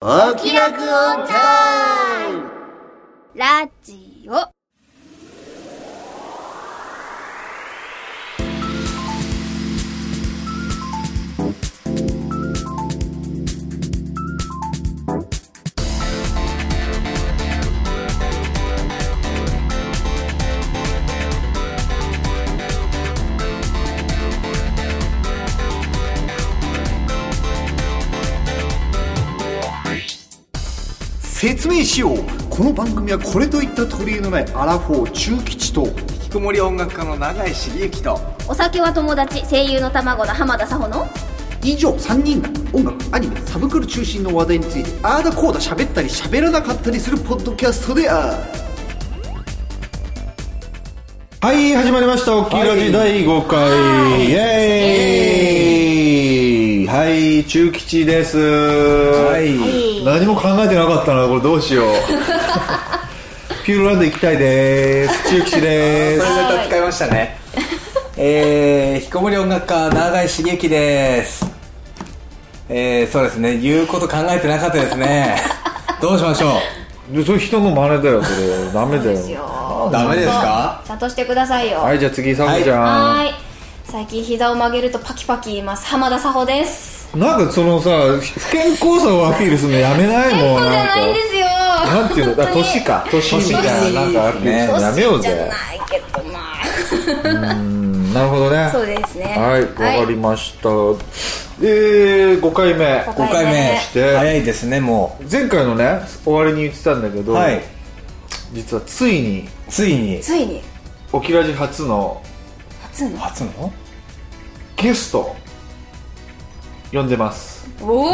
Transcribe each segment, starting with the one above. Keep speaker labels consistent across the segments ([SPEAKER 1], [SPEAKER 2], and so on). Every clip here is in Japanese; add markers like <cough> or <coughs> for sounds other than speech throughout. [SPEAKER 1] お気楽オンタイム
[SPEAKER 2] ラジオ。
[SPEAKER 3] 説明しようこの番組はこれといった取り柄のないアラフォー中吉と
[SPEAKER 4] 引きこもり音楽家の永井茂之と
[SPEAKER 2] お酒は友達、声優の卵の浜田さほの。
[SPEAKER 3] 以上3人が音楽アニメサブクル中心の話題についてあーだこうだ喋ったり喋らなかったりするポッドキャストである
[SPEAKER 5] はい、始まりました。おっきいラジ第5回。イエーイはい、中吉です。はい。何も考えてなかったな、これどうしよう。 <laughs> ピューロランド行きたいです。中吉で
[SPEAKER 4] そ
[SPEAKER 5] す。
[SPEAKER 4] れネタ使いましたねえー、引きこもり音楽家永井茂之ですえー、そうですね言うこと考えてなかったです <laughs> ねどうしましょ
[SPEAKER 5] で <laughs> そういう人の真似だよ、それ。ダメだよ。
[SPEAKER 4] うダメですか
[SPEAKER 6] ちゃんとしてくださいよ
[SPEAKER 5] はい、じゃあ次、サムちゃん。
[SPEAKER 6] はーい最近膝を曲げるとパキパキ言います浜田さほです
[SPEAKER 5] なんかそのさ、不健康さをアピールするのやめないもん、
[SPEAKER 6] そうじゃ
[SPEAKER 5] なん
[SPEAKER 6] ないんで。
[SPEAKER 5] か
[SPEAKER 6] すよ
[SPEAKER 5] なんていうの、だから年か。年みたいな、なんかアピールするのやめよう
[SPEAKER 6] じゃな
[SPEAKER 5] ぜ。
[SPEAKER 6] いけどまあ
[SPEAKER 5] うんなるほどね。
[SPEAKER 6] そうですね
[SPEAKER 5] はい、わかりました。えー、5回目。
[SPEAKER 6] 五
[SPEAKER 4] 5回目
[SPEAKER 5] で
[SPEAKER 4] 早いですねも
[SPEAKER 5] 前回のね、終わりに言ってたんだけ
[SPEAKER 4] う
[SPEAKER 5] ど、
[SPEAKER 4] はい
[SPEAKER 5] 実はついに、
[SPEAKER 4] ついに
[SPEAKER 6] ついに
[SPEAKER 5] オキラジ初の
[SPEAKER 6] 初の
[SPEAKER 4] 初の
[SPEAKER 5] ゲスト、呼んでます。
[SPEAKER 6] おお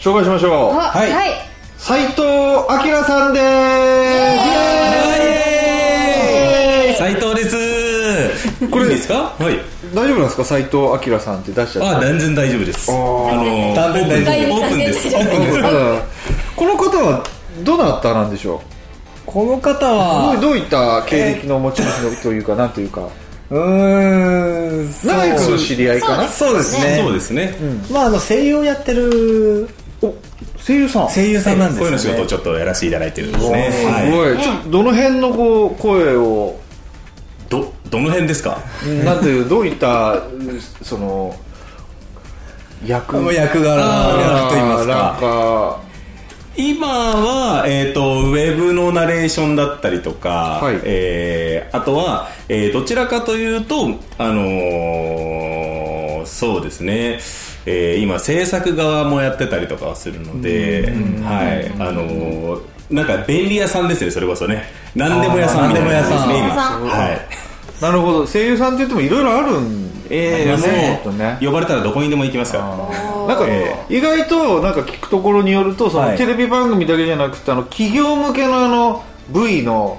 [SPEAKER 5] 紹介しましょう。
[SPEAKER 6] はいはい
[SPEAKER 5] 斉藤明さんでーすイエ
[SPEAKER 7] 斉藤です。
[SPEAKER 5] これ
[SPEAKER 7] いいんですか？はい。
[SPEAKER 5] ーイ大丈夫なんですか斉藤明さんって出しちゃ
[SPEAKER 7] あ、
[SPEAKER 5] って。
[SPEAKER 7] 断然大丈夫です。あのー
[SPEAKER 4] 断然大丈
[SPEAKER 7] オープンです。オープンです。
[SPEAKER 5] うん <laughs> この方はどなたなんでしょう
[SPEAKER 4] この方
[SPEAKER 5] どう
[SPEAKER 4] は
[SPEAKER 5] どういった経歴の持ち主のというか、なんというか、
[SPEAKER 4] うーんそう
[SPEAKER 5] 長井君の知り合いかな、
[SPEAKER 4] そうですね
[SPEAKER 7] そうですね。
[SPEAKER 4] まああの声優をやってる
[SPEAKER 5] お声優さん、す
[SPEAKER 4] 声優さんなんです
[SPEAKER 7] 声
[SPEAKER 4] よ、ね、
[SPEAKER 7] の仕事をちょっとやらせていただいてるんですね。はい。
[SPEAKER 5] ごい、ちょっとどの辺のこう声を、
[SPEAKER 7] どどの辺ですか？
[SPEAKER 5] なんていう、どういった、うんその、役
[SPEAKER 4] もう役柄の役と言います
[SPEAKER 5] なん
[SPEAKER 4] か
[SPEAKER 5] か、
[SPEAKER 7] 今は、えー、とウェブのナレーションだったりとか、
[SPEAKER 5] はい
[SPEAKER 7] えーあとは、えーどちらかというと、あのーそうですね、えー今制作側もやってたりとかはするので、はいあのーなんか便利屋さんですねそれこそね何でも屋さんみたいな感じですね今はい
[SPEAKER 5] なるほど、声優さんって言ってもいろいろあるん
[SPEAKER 7] え
[SPEAKER 5] だ
[SPEAKER 7] ー、
[SPEAKER 5] ね、ちょっとね
[SPEAKER 7] もう呼ばれたらどこにでも行きますから
[SPEAKER 5] なんか、
[SPEAKER 7] え
[SPEAKER 5] 意外となんか聞くところによるとその、
[SPEAKER 4] はい
[SPEAKER 5] テレビ番組だけじゃなくてあの企業向けのあの V の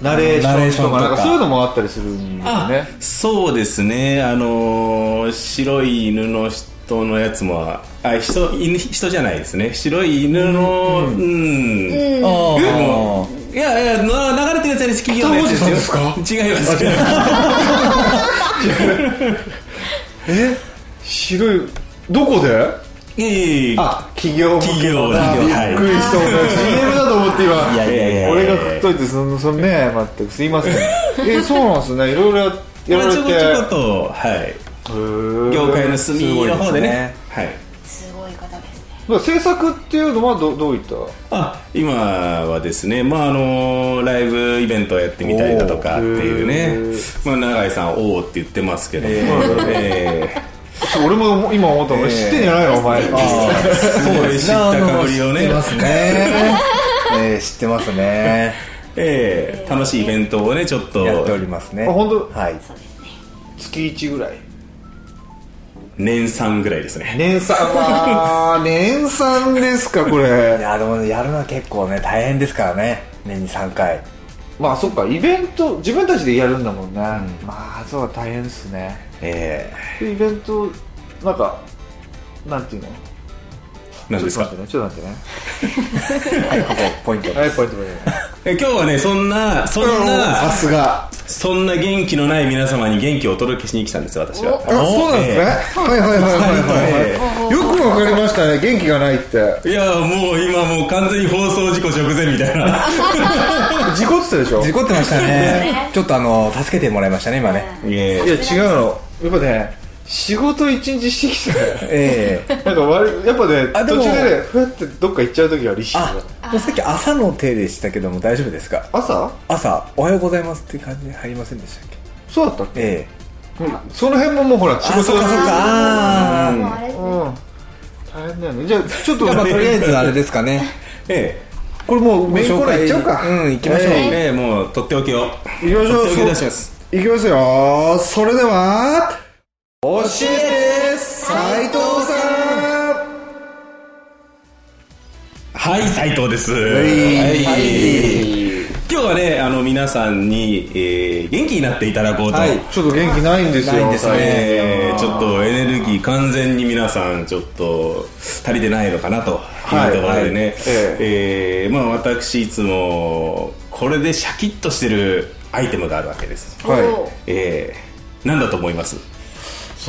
[SPEAKER 5] ナレーシ
[SPEAKER 4] ナレ
[SPEAKER 5] ョ
[SPEAKER 4] ー
[SPEAKER 5] ン
[SPEAKER 4] ション
[SPEAKER 5] と
[SPEAKER 4] と
[SPEAKER 5] か
[SPEAKER 4] か
[SPEAKER 5] なんかそういうのもあったりするんだよね
[SPEAKER 7] そうですね、あのー白い犬の人のやつも、あ人犬人じゃないですね、白い犬の、うん、い
[SPEAKER 4] あー
[SPEAKER 7] やいや、な流れてるやつはね企業のやつですよ。違います。
[SPEAKER 5] え白いどこで
[SPEAKER 7] いやいやいや
[SPEAKER 5] あ企業向
[SPEAKER 7] 企
[SPEAKER 5] け
[SPEAKER 7] 業、
[SPEAKER 5] の
[SPEAKER 7] 企業、
[SPEAKER 5] あびっく
[SPEAKER 7] は
[SPEAKER 5] りした俺 <laughs> CM だと思って今
[SPEAKER 7] いやいやいやいや
[SPEAKER 5] 俺が振っといてそのそのね全くすいませんえそうなんですねいろいろや
[SPEAKER 7] い。
[SPEAKER 5] やら
[SPEAKER 7] まあ
[SPEAKER 5] れ
[SPEAKER 7] ち
[SPEAKER 5] て
[SPEAKER 7] ょこちょこと、はい、業界の隅の方でね、はい。
[SPEAKER 6] すごい方ですね
[SPEAKER 5] の制作っていうのはどどういった
[SPEAKER 7] あ今はですね、まああのライブイベントをやってみたりだとかっていうね、まあ、永井さん「おお」って言ってますけども、えー
[SPEAKER 5] 俺も今思ったの俺知ってんじゃないのお前
[SPEAKER 7] そうですね。知ったかぶりを
[SPEAKER 4] 知っ
[SPEAKER 7] ね
[SPEAKER 4] て、ますね、 <laughs> えー、知ってますね
[SPEAKER 7] ええ楽しいイベントをね、ちょっと
[SPEAKER 4] やっておりますね
[SPEAKER 5] あ本当
[SPEAKER 4] はい
[SPEAKER 5] 月一ぐらい
[SPEAKER 7] 年産ぐらいですね。
[SPEAKER 5] 年産まあ <laughs> 年産ですかこ
[SPEAKER 4] い
[SPEAKER 5] れ
[SPEAKER 4] やでもねやるのは結構ね大変ですからね年に3回
[SPEAKER 5] <laughs> まあそっかイベント自分たちでやるんだもんね、まあそうは大変ですね
[SPEAKER 7] え
[SPEAKER 5] でイベントなんかなんていうの
[SPEAKER 7] えなんですか
[SPEAKER 5] ちょっと待って。ねちょっと待ってね
[SPEAKER 4] はいここポイント
[SPEAKER 5] はいポイントポイン
[SPEAKER 7] え今日はね、そんなそん
[SPEAKER 5] ト <laughs> さ
[SPEAKER 7] な
[SPEAKER 5] すが
[SPEAKER 7] そんな元気のない皆様に元気をお届けしに来たんですよ、私は。
[SPEAKER 5] あそうなんですね、はいはいはいはいはい、
[SPEAKER 7] ええ
[SPEAKER 5] よくわかりましたね元気がないって
[SPEAKER 7] いやもう今もう完全に放送事故直前みたいな
[SPEAKER 5] 事故ってたでしょい
[SPEAKER 4] 事故ってましたね。ちょっとあの、助けても <laughs> らいましたね、今ね。
[SPEAKER 7] いえいえ
[SPEAKER 5] や違うのやっぱね仕事一日してきて
[SPEAKER 4] ええ。
[SPEAKER 5] なんか悪いやっぱね
[SPEAKER 4] あで
[SPEAKER 5] 途
[SPEAKER 4] も
[SPEAKER 5] 中でねふやってどっか行っちゃう時はあるし
[SPEAKER 4] あ、もうさっき朝の手でしたけども大丈夫ですか
[SPEAKER 5] 朝
[SPEAKER 4] 朝、おはようございますっていう感じに入りませんでしたっけ
[SPEAKER 5] そうだったっけ
[SPEAKER 4] ええ。
[SPEAKER 5] その辺ももうほら仕
[SPEAKER 4] あ、そ
[SPEAKER 5] 事
[SPEAKER 4] っかそっか。あー
[SPEAKER 6] もうあれですね
[SPEAKER 5] うん大変だよねじゃあちょっと
[SPEAKER 4] じゃあまあとりあえずあれですか <laughs> ね。
[SPEAKER 7] え
[SPEAKER 5] これもうメインコーナー行っちゃう
[SPEAKER 4] ご
[SPEAKER 5] か
[SPEAKER 4] 紹介うん行きましょう
[SPEAKER 7] えええもうとっておきを
[SPEAKER 5] 行きましょう。
[SPEAKER 7] 手を出します
[SPEAKER 5] そう行きますよ。それでは、教えて、斉藤さん。
[SPEAKER 7] はい斉藤です、はい今日はねあの皆さんに、えー元気になっていただこうと、
[SPEAKER 4] はい
[SPEAKER 5] ちょっと元気ないんですよ。
[SPEAKER 4] ないんですね
[SPEAKER 7] えーちょっとエネルギー完全に皆さんちょっと足りてないのかなというところでね、えーまあ、私いつもこれでシャキッとしてるアイテムがあるわけです、
[SPEAKER 5] はい。はい。
[SPEAKER 7] えー、何だと思います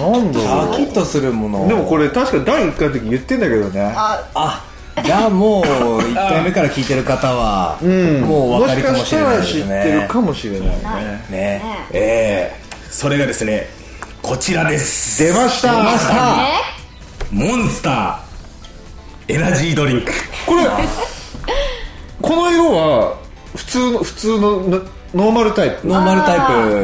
[SPEAKER 5] なんだ
[SPEAKER 4] シ
[SPEAKER 5] ろ
[SPEAKER 4] ャキッとするもの。
[SPEAKER 5] う。でもこれ確か第1回の時言ってんだけどね。
[SPEAKER 4] あじゃあもう1回目から聞いてる方は
[SPEAKER 5] うん。
[SPEAKER 4] もうお分かりかも
[SPEAKER 5] もし
[SPEAKER 4] しれ
[SPEAKER 5] かした
[SPEAKER 4] ないです
[SPEAKER 5] ら知っ
[SPEAKER 4] ね
[SPEAKER 5] てるかもしれないね。
[SPEAKER 4] ね
[SPEAKER 7] えー、それがですねこちらです
[SPEAKER 5] 出ました出ました
[SPEAKER 7] モンスターエナジードリンク
[SPEAKER 5] これ、この色は、普通の、普通の、なノーマルタイプ。
[SPEAKER 4] ノーマルタイ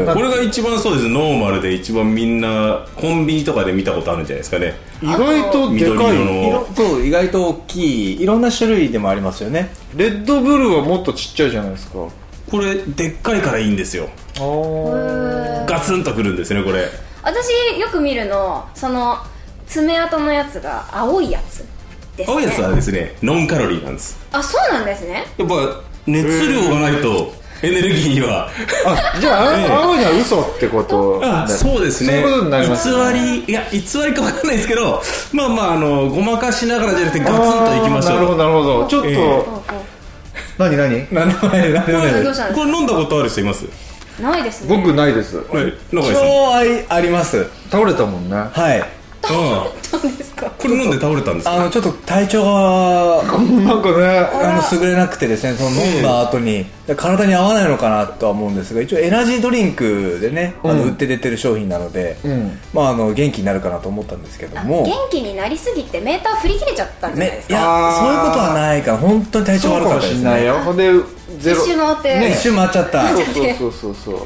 [SPEAKER 4] プ
[SPEAKER 7] これが一番そうですノーマルで一番みんなコンビニとかで見たことあるんじゃないですかね
[SPEAKER 5] 意外とでか
[SPEAKER 7] 緑色
[SPEAKER 5] い。
[SPEAKER 7] の
[SPEAKER 4] 色そう意外と大きいいろんな種類でもありますよね
[SPEAKER 5] レッドブルはもっとちっちゃいじゃないですか。
[SPEAKER 7] これでっかいからいいんですよ
[SPEAKER 5] あー
[SPEAKER 7] ガツンとくるんですねこれ
[SPEAKER 6] 私よく見るのその爪痕のやつが青いやつですね
[SPEAKER 7] 青いやつはですねノンカロリーなんです
[SPEAKER 6] あそうなんですね
[SPEAKER 7] やっぱ熱量がないとエネルギーには
[SPEAKER 5] あじゃあ、あ
[SPEAKER 7] ええ
[SPEAKER 5] 青には嘘ってこと
[SPEAKER 7] あそうですね
[SPEAKER 5] そういうことになります
[SPEAKER 7] 偽りいや偽りか分かんないですけどまあまああのごまかしながらじゃなくてガツンといきまし
[SPEAKER 5] あーなるほど
[SPEAKER 7] ょう
[SPEAKER 5] なるほどちょっと、
[SPEAKER 7] え
[SPEAKER 4] 何でもない何で
[SPEAKER 5] 何何
[SPEAKER 4] もない
[SPEAKER 6] どうしたんで
[SPEAKER 7] これ飲んだことある人います
[SPEAKER 6] すないですね
[SPEAKER 5] 僕ないです
[SPEAKER 7] はい野上さん
[SPEAKER 4] 超愛あります
[SPEAKER 5] 倒れたもんね
[SPEAKER 4] はい
[SPEAKER 7] うん
[SPEAKER 6] どうですか
[SPEAKER 7] これ飲んで倒れたんですか
[SPEAKER 4] あのちょっと体調が
[SPEAKER 5] <laughs> なんかね
[SPEAKER 4] あの優れなくてですねその飲んだ後に体に合わないのかなとは思うんですが一応エナジードリンクでねあの売って出てる商品なので、
[SPEAKER 5] ん
[SPEAKER 4] まああの元気になるかなと思ったんですけども
[SPEAKER 6] 元気になりすぎてメーター振り切れちゃったんじゃない
[SPEAKER 4] ね
[SPEAKER 6] です、
[SPEAKER 4] い
[SPEAKER 6] か
[SPEAKER 4] やそういうことはないから本当に体調
[SPEAKER 5] そう
[SPEAKER 4] 悪
[SPEAKER 5] か
[SPEAKER 4] か
[SPEAKER 5] も
[SPEAKER 4] ったで
[SPEAKER 5] し
[SPEAKER 4] す
[SPEAKER 5] んない
[SPEAKER 4] ね
[SPEAKER 5] よほんでゼロ
[SPEAKER 6] 一周回って、
[SPEAKER 4] ね一瞬回っちゃった
[SPEAKER 5] そうそうそうそうそう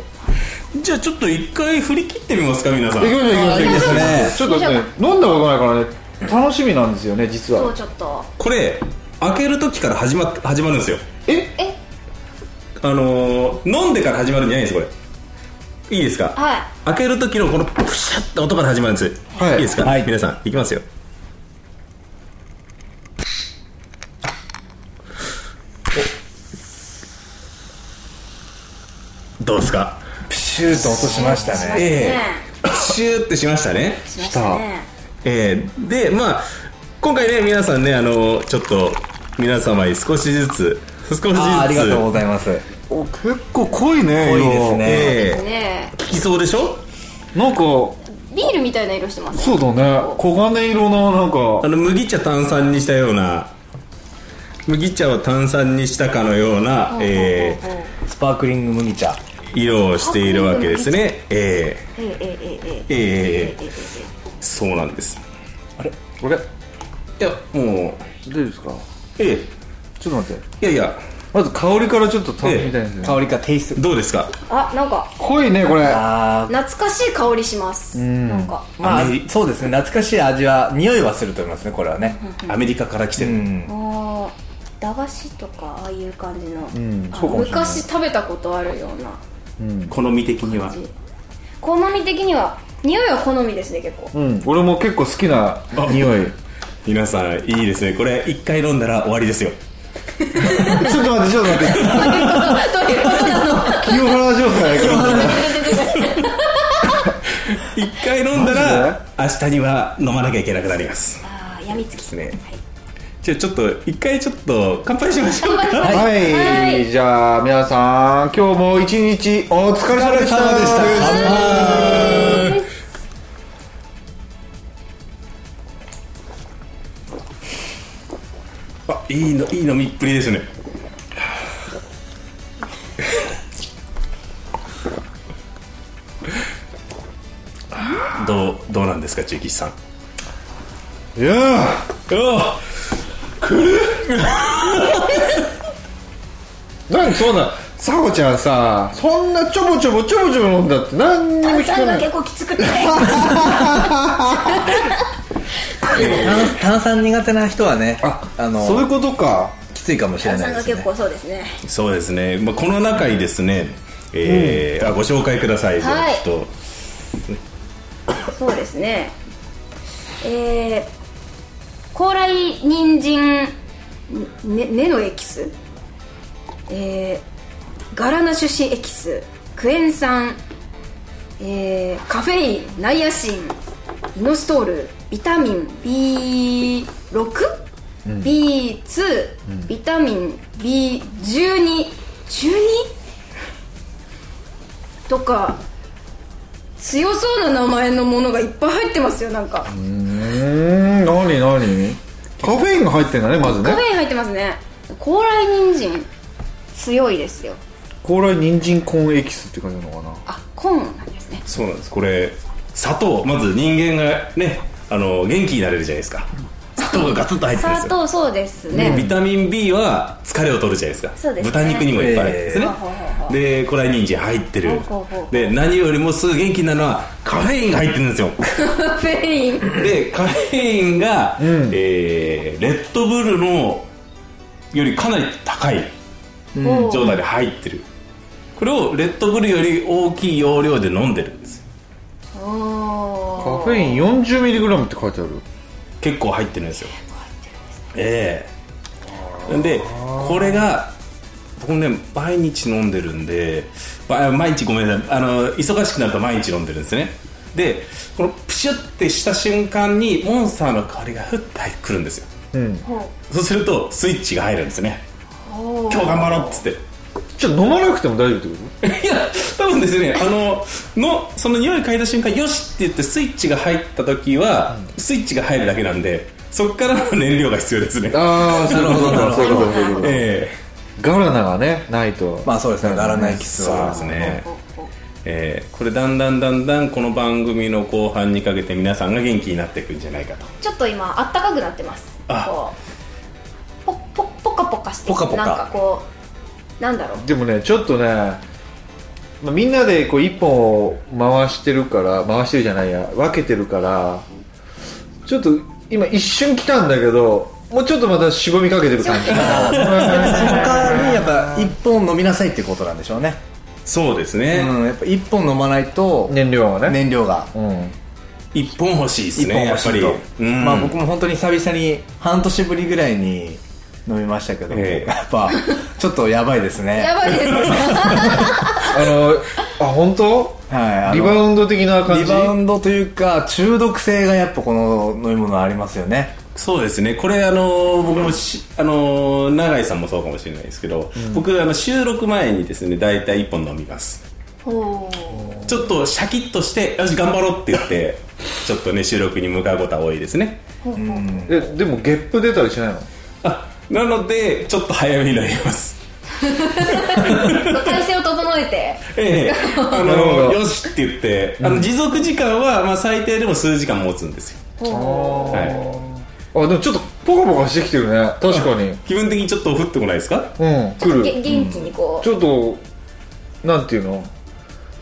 [SPEAKER 7] じゃあちょっと一回振り切ってみますか皆さん
[SPEAKER 5] 行きましょう行きましょう
[SPEAKER 4] いいですね
[SPEAKER 5] ちょっとね飲んだことないからね楽しみなんですよね実
[SPEAKER 6] そう
[SPEAKER 5] は
[SPEAKER 6] ちょっと
[SPEAKER 7] これ開ける時から始まっ始まるんですよ
[SPEAKER 5] え
[SPEAKER 7] あのー飲んでから始まるんじゃないんですこれいいですか、
[SPEAKER 6] はい
[SPEAKER 7] 開ける時のこのプシャッと音から始まるんです、
[SPEAKER 5] はい
[SPEAKER 7] いですか、
[SPEAKER 4] はい
[SPEAKER 7] 皆さんいきますよおどうですか
[SPEAKER 4] プシューと音しましたね
[SPEAKER 7] ええシューってしましたね
[SPEAKER 6] しましたね
[SPEAKER 7] えーでまあ今回ね皆さんねあのちょっと皆様に少しずつ少しずつ
[SPEAKER 4] あーありがとうございます
[SPEAKER 5] お結構濃いね
[SPEAKER 4] 濃い
[SPEAKER 5] 色
[SPEAKER 4] ですね
[SPEAKER 7] ええ
[SPEAKER 6] ね
[SPEAKER 7] 聞きそうでしょ
[SPEAKER 5] なんか
[SPEAKER 6] えビールみたいな色してます
[SPEAKER 5] そうだね黄金色のなん
[SPEAKER 7] あ
[SPEAKER 5] か
[SPEAKER 7] の麦茶炭酸にしたような麦茶を炭酸にしたかのような、えー
[SPEAKER 4] スパークリング麦茶
[SPEAKER 7] 色をしているわけですねえ
[SPEAKER 6] え
[SPEAKER 7] え
[SPEAKER 6] えええええ
[SPEAKER 7] ええええそうなんです
[SPEAKER 5] これ
[SPEAKER 7] いやもう
[SPEAKER 5] 大丈夫ですか
[SPEAKER 7] え
[SPEAKER 5] ちょっと待って
[SPEAKER 7] えいやいや
[SPEAKER 5] まず香りからちょっと楽しみたいんですよね
[SPEAKER 4] 香りかテイスト
[SPEAKER 7] どうですか
[SPEAKER 6] あなんか
[SPEAKER 5] 濃いねこれ
[SPEAKER 4] あ
[SPEAKER 6] 懐かしい香りしますなんか
[SPEAKER 4] ーまあそうですね懐かしい味は匂いはすると思いますねこれはね
[SPEAKER 7] アメリカから来てる、
[SPEAKER 4] うん
[SPEAKER 6] あー駄菓子とかああいう感じの、
[SPEAKER 5] ん
[SPEAKER 6] あ
[SPEAKER 5] そうかもしれない
[SPEAKER 6] 昔食べたことあるような
[SPEAKER 7] 好み的には
[SPEAKER 6] 好み的には匂いは好みですね結構
[SPEAKER 5] うん俺も結構好きな匂い
[SPEAKER 7] 皆さんいいですねこれ一回飲んだら終わりですよ
[SPEAKER 5] ちょっと待って、ちょっと待って。清原状態
[SPEAKER 7] 一回飲んだら明日には飲まなきゃいけなくなります
[SPEAKER 6] あーやみつ
[SPEAKER 7] で
[SPEAKER 6] き
[SPEAKER 7] すねじゃあちょっと一回ちょっと乾杯しましょうか
[SPEAKER 5] はい、じゃあ皆さん、今日も一日お疲れ様でした。
[SPEAKER 4] お疲れ様でした
[SPEAKER 5] た
[SPEAKER 7] あいいのいい飲みっぷりですねどうどうなんですか中吉さん
[SPEAKER 5] いや
[SPEAKER 7] あ
[SPEAKER 5] ーなんでそんなサホちゃんさそんなちょぼちょぼちょぼちょぼ飲んだって何にも聞
[SPEAKER 6] 炭
[SPEAKER 5] か
[SPEAKER 6] 酸
[SPEAKER 5] な
[SPEAKER 6] が
[SPEAKER 5] い
[SPEAKER 6] 結構きつくて
[SPEAKER 4] 炭炭酸苦手な人はねあ
[SPEAKER 5] あ
[SPEAKER 4] の
[SPEAKER 5] そういうことか
[SPEAKER 4] きついかもしれ
[SPEAKER 6] 炭
[SPEAKER 4] な
[SPEAKER 6] 酸が
[SPEAKER 4] いです
[SPEAKER 6] 結
[SPEAKER 4] ね
[SPEAKER 6] 構そうですね
[SPEAKER 7] そうですね、まあ、この中にですね、えーあご紹介ください、
[SPEAKER 6] はい
[SPEAKER 7] ちょっ
[SPEAKER 6] そうですねえー、高麗人参ね根のエキスえー、ガラナ種子エキスクエン酸えー、カフェインナイアシンイノシトールビタミン B6、B2 ビタミン B1212、とか強そうな名前のものがいっぱい入ってますよなんか
[SPEAKER 5] うん何何カフェインが入ってんだねまず
[SPEAKER 6] カ
[SPEAKER 5] ね
[SPEAKER 6] フェイン入ってますね高麗人参強いですよ
[SPEAKER 5] 高麗人参コーンエキスって感じなのかな
[SPEAKER 6] あコーンなんですね
[SPEAKER 7] とそうなんですこれ砂糖まず人間がねあの元気になれるじゃないですか砂糖がガツッと入ってるんで
[SPEAKER 6] 砂
[SPEAKER 7] すよ
[SPEAKER 6] 糖そうです
[SPEAKER 7] で
[SPEAKER 6] ね、
[SPEAKER 7] ビタミン B は疲れを取るじゃないですか
[SPEAKER 6] そうですね
[SPEAKER 7] 豚肉にもいっぱい入ってるんですね、
[SPEAKER 6] ほうほうほうほう
[SPEAKER 7] で高麗人参入ってる
[SPEAKER 6] ほうほうほうほう
[SPEAKER 7] で何よりもすぐ元気になるのはカフェインが入ってるんで
[SPEAKER 6] <laughs>
[SPEAKER 7] すよ
[SPEAKER 6] カフェイン
[SPEAKER 7] でカフェインが、えーレッドブルのよりかなり高い
[SPEAKER 6] おう
[SPEAKER 7] 状態で入ってるこれをレッドブルより大きい容量で飲んでるんですよ
[SPEAKER 6] お
[SPEAKER 5] カフェイン 40mg って書いてある
[SPEAKER 7] 結構入ってるんですよええなんでこれが僕ね毎日飲んでるんでば毎日ごめんなさいあの忙しくなると毎日飲んでるんですねでこのプシュってした瞬間にモンスターの香りがふって入ってくるんですよ
[SPEAKER 5] うん
[SPEAKER 7] そうするとスイッチが入るんですね今日頑張ろうっつって
[SPEAKER 5] じゃあ飲まなくても大丈夫ってこ
[SPEAKER 7] いや多分ですねあののその匂い嗅いだ瞬間よしって言ってスイッチが入った時は、スイッチが入るだけなんでそっからの燃料が必要ですね
[SPEAKER 5] とああそういうことか <laughs> そういうことそういうこと
[SPEAKER 7] え
[SPEAKER 5] ガラナがねないと
[SPEAKER 4] まあそうですねガラナエキ
[SPEAKER 7] え
[SPEAKER 4] ス
[SPEAKER 7] そう
[SPEAKER 4] は
[SPEAKER 7] ですねええこれだんだんだんだんこの番組の後半にかけて皆さんが元気になっていくんじゃないかと
[SPEAKER 6] ちょっと今あったかくなってます
[SPEAKER 7] あ
[SPEAKER 6] こうポポポカポカして
[SPEAKER 4] ポカポカ
[SPEAKER 6] なんかこうなんだろう
[SPEAKER 5] でもねちょっとね、まあ、みんなでこう一本を回してるから回してるじゃないや分けてるからちょっと今一瞬来たんだけどもうちょっとまたしぼみかけてる感
[SPEAKER 4] <laughs>
[SPEAKER 5] じ
[SPEAKER 4] その代わりにやっぱ一本飲みなさいってことなんでしょうね
[SPEAKER 7] そうですね、
[SPEAKER 4] うんやっぱ一本飲まないと
[SPEAKER 5] 燃料がね
[SPEAKER 4] 燃料が
[SPEAKER 5] うん、
[SPEAKER 7] 一本欲しいです
[SPEAKER 4] 一
[SPEAKER 7] ね
[SPEAKER 4] 本
[SPEAKER 7] や
[SPEAKER 4] 欲
[SPEAKER 7] っ
[SPEAKER 4] し
[SPEAKER 7] ぱ
[SPEAKER 4] い
[SPEAKER 7] り
[SPEAKER 4] と、
[SPEAKER 7] うん
[SPEAKER 4] まあ僕も本当に久々に半年ぶりぐらいに飲みましたけど、
[SPEAKER 7] ええ
[SPEAKER 4] やっぱちょっとやばいですね
[SPEAKER 6] やばいです
[SPEAKER 5] あのあ本当
[SPEAKER 4] はいあの
[SPEAKER 5] リバウンド的な感じ
[SPEAKER 4] リバウンドというか中毒性がやっぱこの飲み物ありますよね
[SPEAKER 7] そうですねこれあの僕もし、あの永井さんもそうかもしれないですけど、僕あの収録前にですね大体1本飲みます
[SPEAKER 6] ほ
[SPEAKER 7] ちょっとシャキッとしてよし頑張ろうって言ってちょっとね収録に向かうことは多いですね
[SPEAKER 5] えでもゲップ出たりしないの
[SPEAKER 7] あなのでちょっと早めになります
[SPEAKER 6] う体勢を整えて
[SPEAKER 7] ええあ
[SPEAKER 5] なるほ
[SPEAKER 7] の
[SPEAKER 5] ど
[SPEAKER 7] よしって言ってあの持続時間は、まあ、最低でも数時間持つんですよ、は
[SPEAKER 5] あでもちょっとポカポカしてきてるね確かに
[SPEAKER 7] い、気分的にちょっと降ってこないですか
[SPEAKER 5] うん来る
[SPEAKER 6] げ元気にこう
[SPEAKER 5] ちょっとなんていうの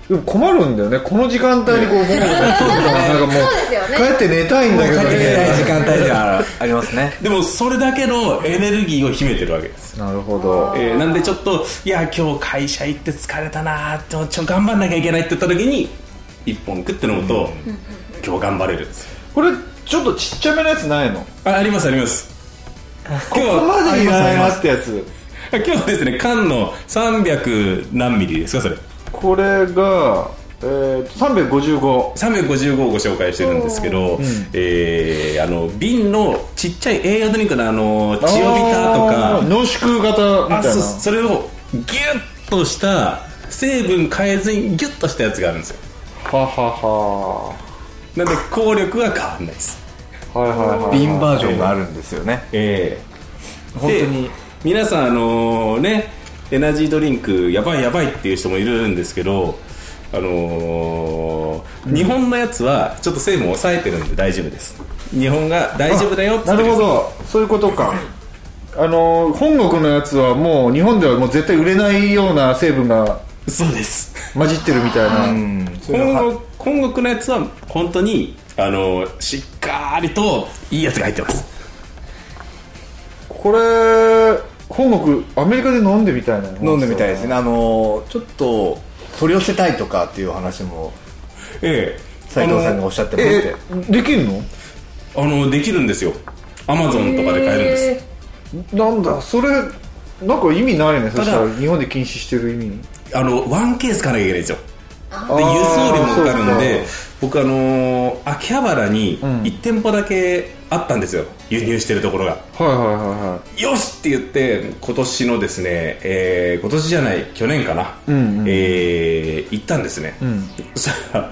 [SPEAKER 5] でも困るんだよねこの時間帯にこう僕もね
[SPEAKER 6] <laughs>
[SPEAKER 5] なんかもう
[SPEAKER 6] そうですよね
[SPEAKER 5] 帰って寝たいんだけ
[SPEAKER 4] 帰っ
[SPEAKER 5] ど
[SPEAKER 4] てみたい時
[SPEAKER 5] ね
[SPEAKER 4] 間帯ではありますね
[SPEAKER 7] でもそれだけのエネルギーを秘めてるわけです
[SPEAKER 5] なるほど
[SPEAKER 7] えーなんでちょっといや今日会社行って疲れたなーちょちょ頑張んなきゃいけないって言った時に一本食って飲むと、今日頑張れるんですよ
[SPEAKER 5] これちょっとちっちゃめのやつないの
[SPEAKER 7] あありますあります今日
[SPEAKER 5] ここまでいらない
[SPEAKER 7] あ
[SPEAKER 5] なってやつ
[SPEAKER 7] 今日はですね缶の300何ミリですかそれ
[SPEAKER 5] これが、えー、355
[SPEAKER 7] 355をご紹介してるんですけど、えーあの瓶のちっちゃい栄養ドリンクのあのチオビタと
[SPEAKER 5] あー
[SPEAKER 7] か
[SPEAKER 5] 濃縮型み
[SPEAKER 7] あ
[SPEAKER 5] たい
[SPEAKER 7] そ
[SPEAKER 5] な
[SPEAKER 7] それをギュッとした成分変えずにギュッとしたやつがあるんですよ
[SPEAKER 5] ははは
[SPEAKER 7] なんで効力は変わんないです
[SPEAKER 5] はいはいはい
[SPEAKER 4] 瓶バージョンがあるんですよね
[SPEAKER 7] ええ
[SPEAKER 4] 本当に
[SPEAKER 7] で皆さんあのねエナジードリンクやばいやばいっていう人もいるんですけどあのー日本のやつはちょっと成分を抑えてるんで大丈夫です日本が大丈夫だよっつって
[SPEAKER 5] なるほどそういうことかあのー本国のやつはもう日本ではもう絶対売れないような成分が
[SPEAKER 7] そうです
[SPEAKER 5] 混じってるみたいな、
[SPEAKER 4] うんそれは
[SPEAKER 7] 本国本国のやつは本当にあのーしっかりといいやつが入ってます
[SPEAKER 5] これ本国アメリカで飲んでみたいな
[SPEAKER 4] 飲んでみたいですねあのちょっと取り寄せたいとかっていう話も
[SPEAKER 7] ええ
[SPEAKER 4] 斉藤さんがおっしゃってまして
[SPEAKER 5] えできるの
[SPEAKER 7] あのできるんですよアマゾンとかで買えるんです、
[SPEAKER 5] なんだそれなんか意味ないねそしたら日本で禁止してる意味
[SPEAKER 7] あのワンケース買わなきゃいけないんですよで
[SPEAKER 5] あー
[SPEAKER 7] 輸送料もかかるんで
[SPEAKER 5] そ
[SPEAKER 7] 僕あのー秋葉原に
[SPEAKER 5] ん
[SPEAKER 7] 1店舗だけあったんですよ、輸入してるところが
[SPEAKER 5] うかはいはいはいは
[SPEAKER 7] よしって言って今年のですね、えー今年じゃない去年かな、
[SPEAKER 5] んうん
[SPEAKER 7] えー行ったんですね、
[SPEAKER 5] ん
[SPEAKER 7] そしたら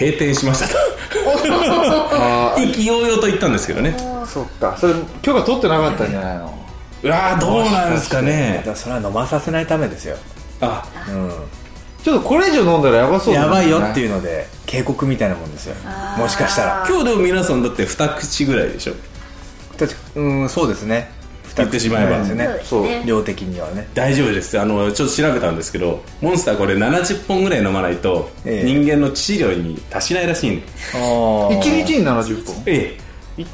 [SPEAKER 7] 閉店しました
[SPEAKER 5] <laughs>
[SPEAKER 7] と意気揚々と言ったんですけどね
[SPEAKER 5] いそっかそれ許可取ってなかったんじゃないの
[SPEAKER 7] うわーどうなんですかね
[SPEAKER 4] だらそれは飲まさせないためですよ、
[SPEAKER 7] あ
[SPEAKER 5] ちょっとこれ以上飲んだらやばそうだ
[SPEAKER 4] や
[SPEAKER 5] ね
[SPEAKER 4] ばいよっていうので警告みたいなもんですよもしかしたら
[SPEAKER 7] 今日でも皆さんだって2口ぐらいでしょ
[SPEAKER 4] 確かうんそうですね
[SPEAKER 7] 言ってしまえば
[SPEAKER 4] 二口ぐらいです
[SPEAKER 5] そう
[SPEAKER 4] ね量的にはね
[SPEAKER 7] 大丈夫ですあのちょっと調べたんですけどモンスターこれ70本ぐらい飲まないと
[SPEAKER 4] ええ
[SPEAKER 7] 人間の致死量に達しないらしいんで
[SPEAKER 4] あ
[SPEAKER 5] 1日に70本
[SPEAKER 7] ええ
[SPEAKER 5] 1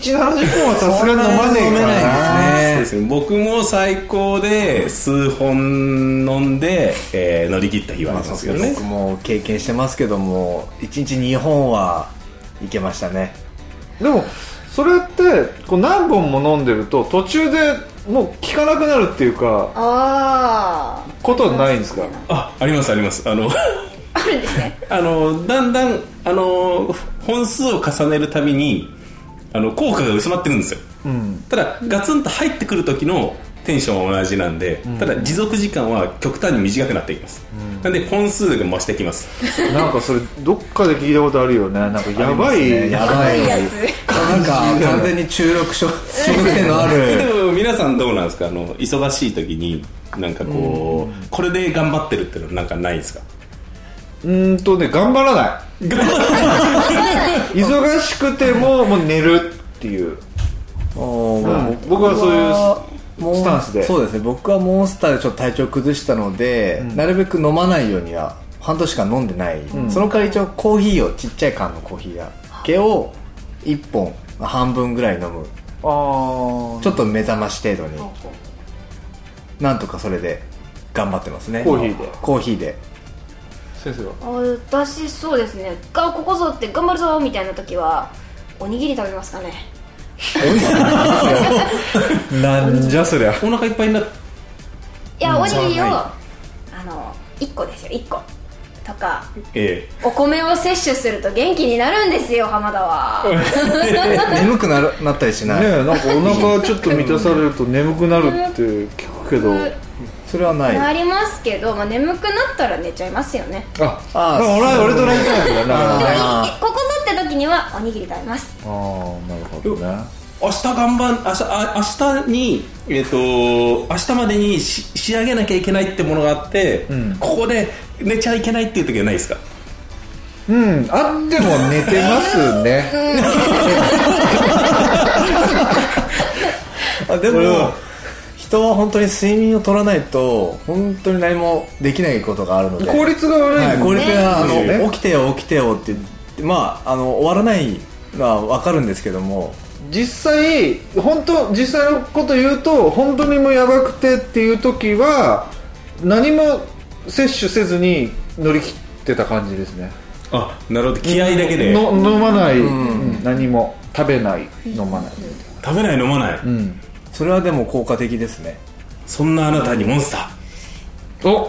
[SPEAKER 5] 日70本はさすがに飲まねえから
[SPEAKER 4] そんなに飲めない
[SPEAKER 5] な
[SPEAKER 4] ええ
[SPEAKER 7] そうですね僕も最高で数本飲んで、えー乗り切った日はあ
[SPEAKER 4] まあ
[SPEAKER 7] り
[SPEAKER 4] そう
[SPEAKER 7] ま
[SPEAKER 4] ですす
[SPEAKER 7] けど
[SPEAKER 4] ね僕
[SPEAKER 7] ね
[SPEAKER 4] も経験してますけども1日2本はいけましたね
[SPEAKER 5] でもそれってこう何本も飲んでると途中でもう効かなくなるっていうか
[SPEAKER 2] あ
[SPEAKER 5] ことはないんですか
[SPEAKER 7] あありますありますあの
[SPEAKER 2] あ。あるんですね。
[SPEAKER 7] あのだんだんあの本数を重ねるたびにあの効果が薄まってるんですよ
[SPEAKER 5] うん
[SPEAKER 7] ただガツンと入ってくる時のテンションは同じなんで、ただ持続時間は極端に短くなっていきます、なんで本数が増してきます
[SPEAKER 5] <laughs> なんかそれどっかで聞いたことあるよねなんかやばい、
[SPEAKER 4] ねやばいなんか完全に中毒症食性のあ
[SPEAKER 7] <laughs> で
[SPEAKER 4] る
[SPEAKER 7] も皆さんどうなんですかあの忙しい時になんかこう、これで頑張ってるってのはなんかないですか
[SPEAKER 5] うーんとね頑張らない忙しくてももう寝るっていう、
[SPEAKER 4] おー
[SPEAKER 5] うん僕はそういう
[SPEAKER 4] モン
[SPEAKER 5] スタンスで
[SPEAKER 4] そうですね僕はモンスターでちょっと体調崩したので、なるべく飲まないようには半年間飲んでない、その代わり一応コーヒーをちっちゃい缶のコーヒーだけを1本半分ぐらい飲む
[SPEAKER 5] あ
[SPEAKER 4] ちょっと目覚まし程度になんとかそれで頑張ってますね
[SPEAKER 5] コーヒーで
[SPEAKER 4] コーヒーで
[SPEAKER 5] 先生は
[SPEAKER 6] あ私そうですねがここぞって頑張るぞみたいな時はおにぎり食べますかね
[SPEAKER 5] なんじゃそりゃ
[SPEAKER 7] お腹いっぱいになって
[SPEAKER 6] いやおにぎりを
[SPEAKER 4] うん
[SPEAKER 6] あの1個ですよ1個とか
[SPEAKER 7] え
[SPEAKER 6] お米を摂取すると元気になるんですよ浜田は
[SPEAKER 4] 眠くなるなったりし
[SPEAKER 5] ね
[SPEAKER 4] ない、
[SPEAKER 5] えなんかお腹ちょっと満たされると眠くなるって聞くけど
[SPEAKER 4] それはない
[SPEAKER 6] なりますけど、まあ、眠くなったら寝ちゃいますよね
[SPEAKER 5] あ
[SPEAKER 4] あ
[SPEAKER 5] あ俺は俺とラインタイムだ
[SPEAKER 4] あ
[SPEAKER 5] な
[SPEAKER 6] でもいい
[SPEAKER 4] あ
[SPEAKER 6] ここぞって時にはおにぎり食べます
[SPEAKER 5] あーなるほどね
[SPEAKER 7] 明日頑張ん明日あ明日にえっ、と明日までにし仕上げなきゃいけないってものがあって、
[SPEAKER 5] ん
[SPEAKER 7] ここで寝ちゃいけないっていう時はないですか
[SPEAKER 5] うんあっても寝てますね
[SPEAKER 4] あで
[SPEAKER 5] それは
[SPEAKER 4] も人は本当に睡眠を取らないと本当に何もできないことがあるので
[SPEAKER 5] 効率が悪い
[SPEAKER 4] はい、
[SPEAKER 5] も
[SPEAKER 4] こ
[SPEAKER 5] ん
[SPEAKER 4] れ
[SPEAKER 5] ね
[SPEAKER 4] で、あの、
[SPEAKER 5] ね
[SPEAKER 4] 起きてよ起きてよって言ってまああの終わらないのは分かるんですけども
[SPEAKER 5] 実際本当実際のこと言うと本当にもうやばくてっていう時は何も摂取せずに乗り切ってた感じですね
[SPEAKER 7] あなるほど気合だけで
[SPEAKER 5] の飲まない、うん何も食べない飲まない、
[SPEAKER 7] 食べない飲まない、
[SPEAKER 5] うん、
[SPEAKER 4] それはでも効果的ですね
[SPEAKER 7] そんなあなたにモンスター
[SPEAKER 5] お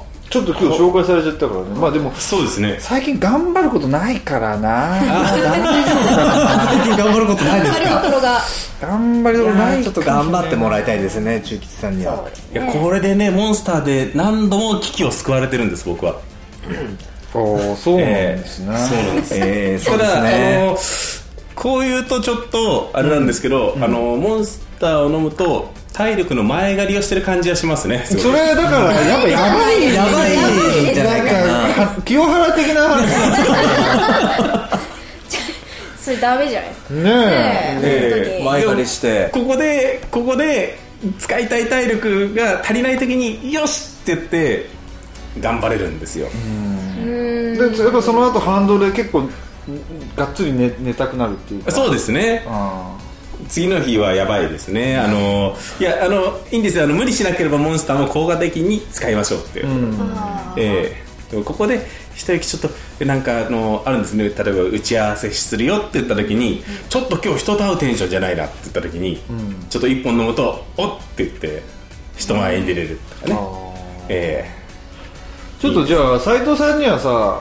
[SPEAKER 4] お
[SPEAKER 5] ちょっと今日紹介されちゃったからねまあでも
[SPEAKER 7] そうですね
[SPEAKER 5] 最近頑張ることないからな
[SPEAKER 4] 最近頑張ることないです
[SPEAKER 2] あ
[SPEAKER 4] か
[SPEAKER 2] るところが。
[SPEAKER 5] 頑張りどころない
[SPEAKER 4] ちょっと頑張ってもらいたいですね中吉さんにはい
[SPEAKER 7] やこれでねモンスターで何度も危機を救われてるんです僕は
[SPEAKER 5] おーそうなんですね、
[SPEAKER 7] そうなんです
[SPEAKER 4] えー、そう
[SPEAKER 7] た
[SPEAKER 4] です
[SPEAKER 7] だ、
[SPEAKER 4] ね
[SPEAKER 7] あのこう言うとちょっとあれなんですけど、あのモンスターを飲むと体力の前借りをしてる感じがしますねすごい
[SPEAKER 5] それがだからやっぱやばい
[SPEAKER 4] やばいんじゃないかな
[SPEAKER 5] なんか清原的な話
[SPEAKER 6] それダメじゃないですか
[SPEAKER 5] ねえ
[SPEAKER 7] ええ
[SPEAKER 8] 前借りして
[SPEAKER 7] ここでここで使いたい体力が足りない時によしって言って頑張れるんですよ
[SPEAKER 5] でやっぱその後反動で結構がっつり寝寝たくなるっていうか
[SPEAKER 7] そうですね
[SPEAKER 5] あ
[SPEAKER 7] 次の日はやばいですねあのいやあのいいんですよあの無理しなければモンスターも効果的に使いましょうっていう、ええでもここで一息ちょっとなんかあのあるんですね例えば打ち合わせするよって言った時に、ちょっと今日人と会うテンションじゃないなって言った時に、ちょっと一本飲むとおっって言って人前に出れるとかね、え
[SPEAKER 5] ーちょっとじゃあ斎藤さんにはさ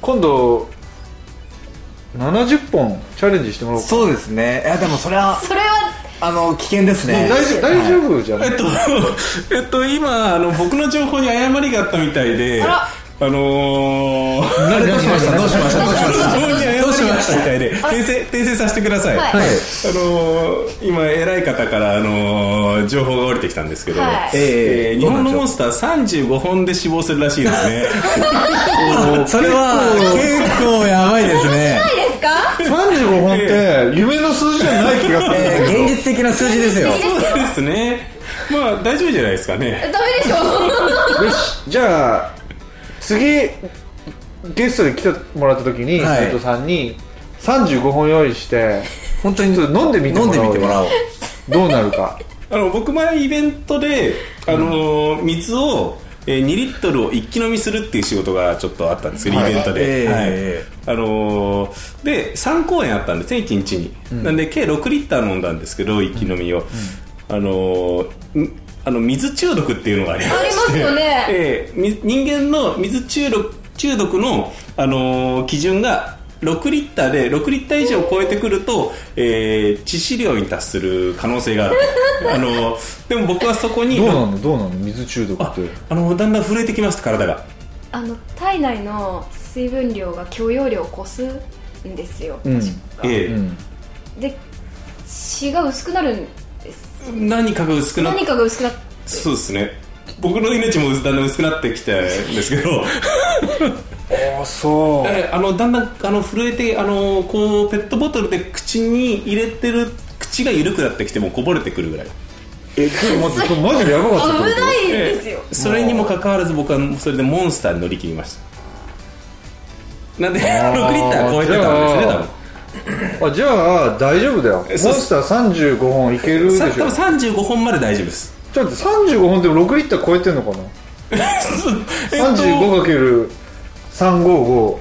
[SPEAKER 5] 今度70本チャレンジしてもらおうか
[SPEAKER 4] そうですねいやでもそれは
[SPEAKER 6] それは
[SPEAKER 4] あの危険です
[SPEAKER 5] 大
[SPEAKER 4] ね
[SPEAKER 5] 丈夫大丈夫じゃな
[SPEAKER 7] え
[SPEAKER 5] い
[SPEAKER 7] えっとえっと今あの僕の情報に誤りがあったみたいであのー、
[SPEAKER 4] あれどうしましたどうしましたどうしました
[SPEAKER 7] どうしましたみたいで訂正訂正させてください、
[SPEAKER 6] はい
[SPEAKER 7] あのー今偉い方から、あのー情報が降りてきたんですけど、
[SPEAKER 6] はい
[SPEAKER 7] えー日本のモンスター35本で死亡するらしいですね
[SPEAKER 4] それは結構やばいですね
[SPEAKER 6] いいですか
[SPEAKER 5] 35本って夢の数字じゃない気がするんだ
[SPEAKER 4] え
[SPEAKER 5] けど
[SPEAKER 4] ー現実的な数字ですよ
[SPEAKER 7] そうですねまあ大丈夫じゃないですかね
[SPEAKER 6] ダメでしょ
[SPEAKER 5] よしじゃあ次ゲストで来てもらった時に
[SPEAKER 4] はい
[SPEAKER 5] 斎、藤さんに35本用意して
[SPEAKER 4] 本当に
[SPEAKER 5] ちょっと飲んでみてもらおう
[SPEAKER 4] 飲んでみてもらおう
[SPEAKER 5] どうなるか
[SPEAKER 7] あの僕前イベントで、あのー水を、えー2リットルを一気飲みするっていう仕事がちょっとあったんですけど、
[SPEAKER 4] はい
[SPEAKER 7] イベントで、
[SPEAKER 4] えー
[SPEAKER 7] はい
[SPEAKER 4] え
[SPEAKER 7] あのーで3公演あったんですね1日に、なんで計6リッター飲んだんですけど一気飲みを、あのーんあの水中毒っていうのがありま
[SPEAKER 6] ありますよね
[SPEAKER 7] ええみ人間の水中毒中毒の、あのー基準が6リッターで6リッター以上を超えてくると、えー致死量に達する可能性
[SPEAKER 6] <laughs>
[SPEAKER 7] がある、あのーでも僕はそこに
[SPEAKER 5] どうなのどうなの水中毒っ
[SPEAKER 7] あ
[SPEAKER 5] て
[SPEAKER 7] あのーだんだん震えてきました体が
[SPEAKER 6] あの体内の水分量が許容量を超すんですよ、
[SPEAKER 5] うん
[SPEAKER 7] え
[SPEAKER 5] う
[SPEAKER 7] え
[SPEAKER 5] ん
[SPEAKER 6] で血が薄くなるんです
[SPEAKER 7] 何かが薄くなっ
[SPEAKER 6] 何かが薄くなっ
[SPEAKER 7] そうですね僕の命もだんだん薄くなってきたんですけど
[SPEAKER 5] あそう
[SPEAKER 7] <laughs> えーあのだんだんあの震えてあのこうペットボトルで口に入れてる口が緩くなってきてもうこぼれてくるぐらい
[SPEAKER 5] えちょっと待ってこれマジでやばかっ
[SPEAKER 6] 危
[SPEAKER 5] たってこと
[SPEAKER 6] ないんですよ、
[SPEAKER 7] えーそれにもかかわらず僕はそれでモンスターに乗り切りましたなんで6リッター超えてたんで
[SPEAKER 5] じ
[SPEAKER 7] すね
[SPEAKER 5] ゃあ
[SPEAKER 7] 多分
[SPEAKER 5] あじゃあ大丈夫だよモン
[SPEAKER 7] えそう
[SPEAKER 5] スター35本いけるでし
[SPEAKER 7] さ
[SPEAKER 5] ょ
[SPEAKER 7] 多分35本まで大丈夫です
[SPEAKER 5] ちょっと待って35本でも6リッター超えてんのかな
[SPEAKER 7] えっと
[SPEAKER 5] 35×3559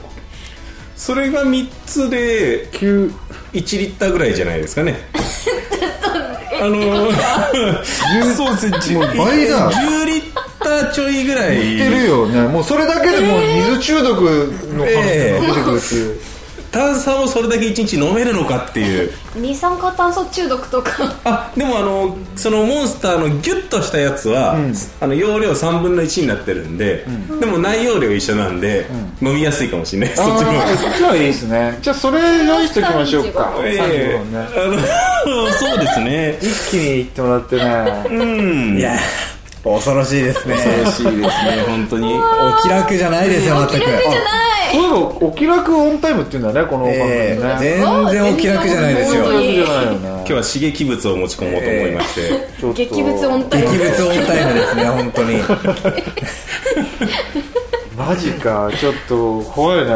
[SPEAKER 7] それが3つで1リッターぐらいじゃないで
[SPEAKER 6] <laughs>
[SPEAKER 7] すかねあのー、そうですね
[SPEAKER 5] もう倍だ
[SPEAKER 7] 10リッターちょいぐらい
[SPEAKER 5] いけるよねもうそれだけでもう水中毒の可能性が出てくるっていう、
[SPEAKER 7] 炭酸をそれだけ1日飲めるのかっていう
[SPEAKER 6] 二酸化炭素中毒とか
[SPEAKER 7] あでもあのそのモンスターのギュッとしたやつは、あの容量3分の1になってるんで、でも内容量一緒なんで、飲みやすいかもしれないですそっちの方が
[SPEAKER 5] あーじゃあいいですねじゃあそれ用意しておきましょうか35
[SPEAKER 7] ええ
[SPEAKER 5] 本ね
[SPEAKER 7] あのそうですね
[SPEAKER 5] 一気にいってもらってね
[SPEAKER 7] うん
[SPEAKER 4] いや恐ろしいですね
[SPEAKER 7] しいですね本当に
[SPEAKER 4] お気楽じゃないですよ全く
[SPEAKER 5] そういえばお気楽オンタイムっていうんだねこの番組ね、
[SPEAKER 4] えー
[SPEAKER 5] 全
[SPEAKER 4] 全然お気楽じゃないですよ
[SPEAKER 5] 然お気楽じゃないよね
[SPEAKER 7] 今日は刺激物を持ち込もうと思いまして、
[SPEAKER 5] ちょっと
[SPEAKER 6] 激物温帯
[SPEAKER 4] 劇物オンタイムですね本当に
[SPEAKER 5] マジかちょっと怖いね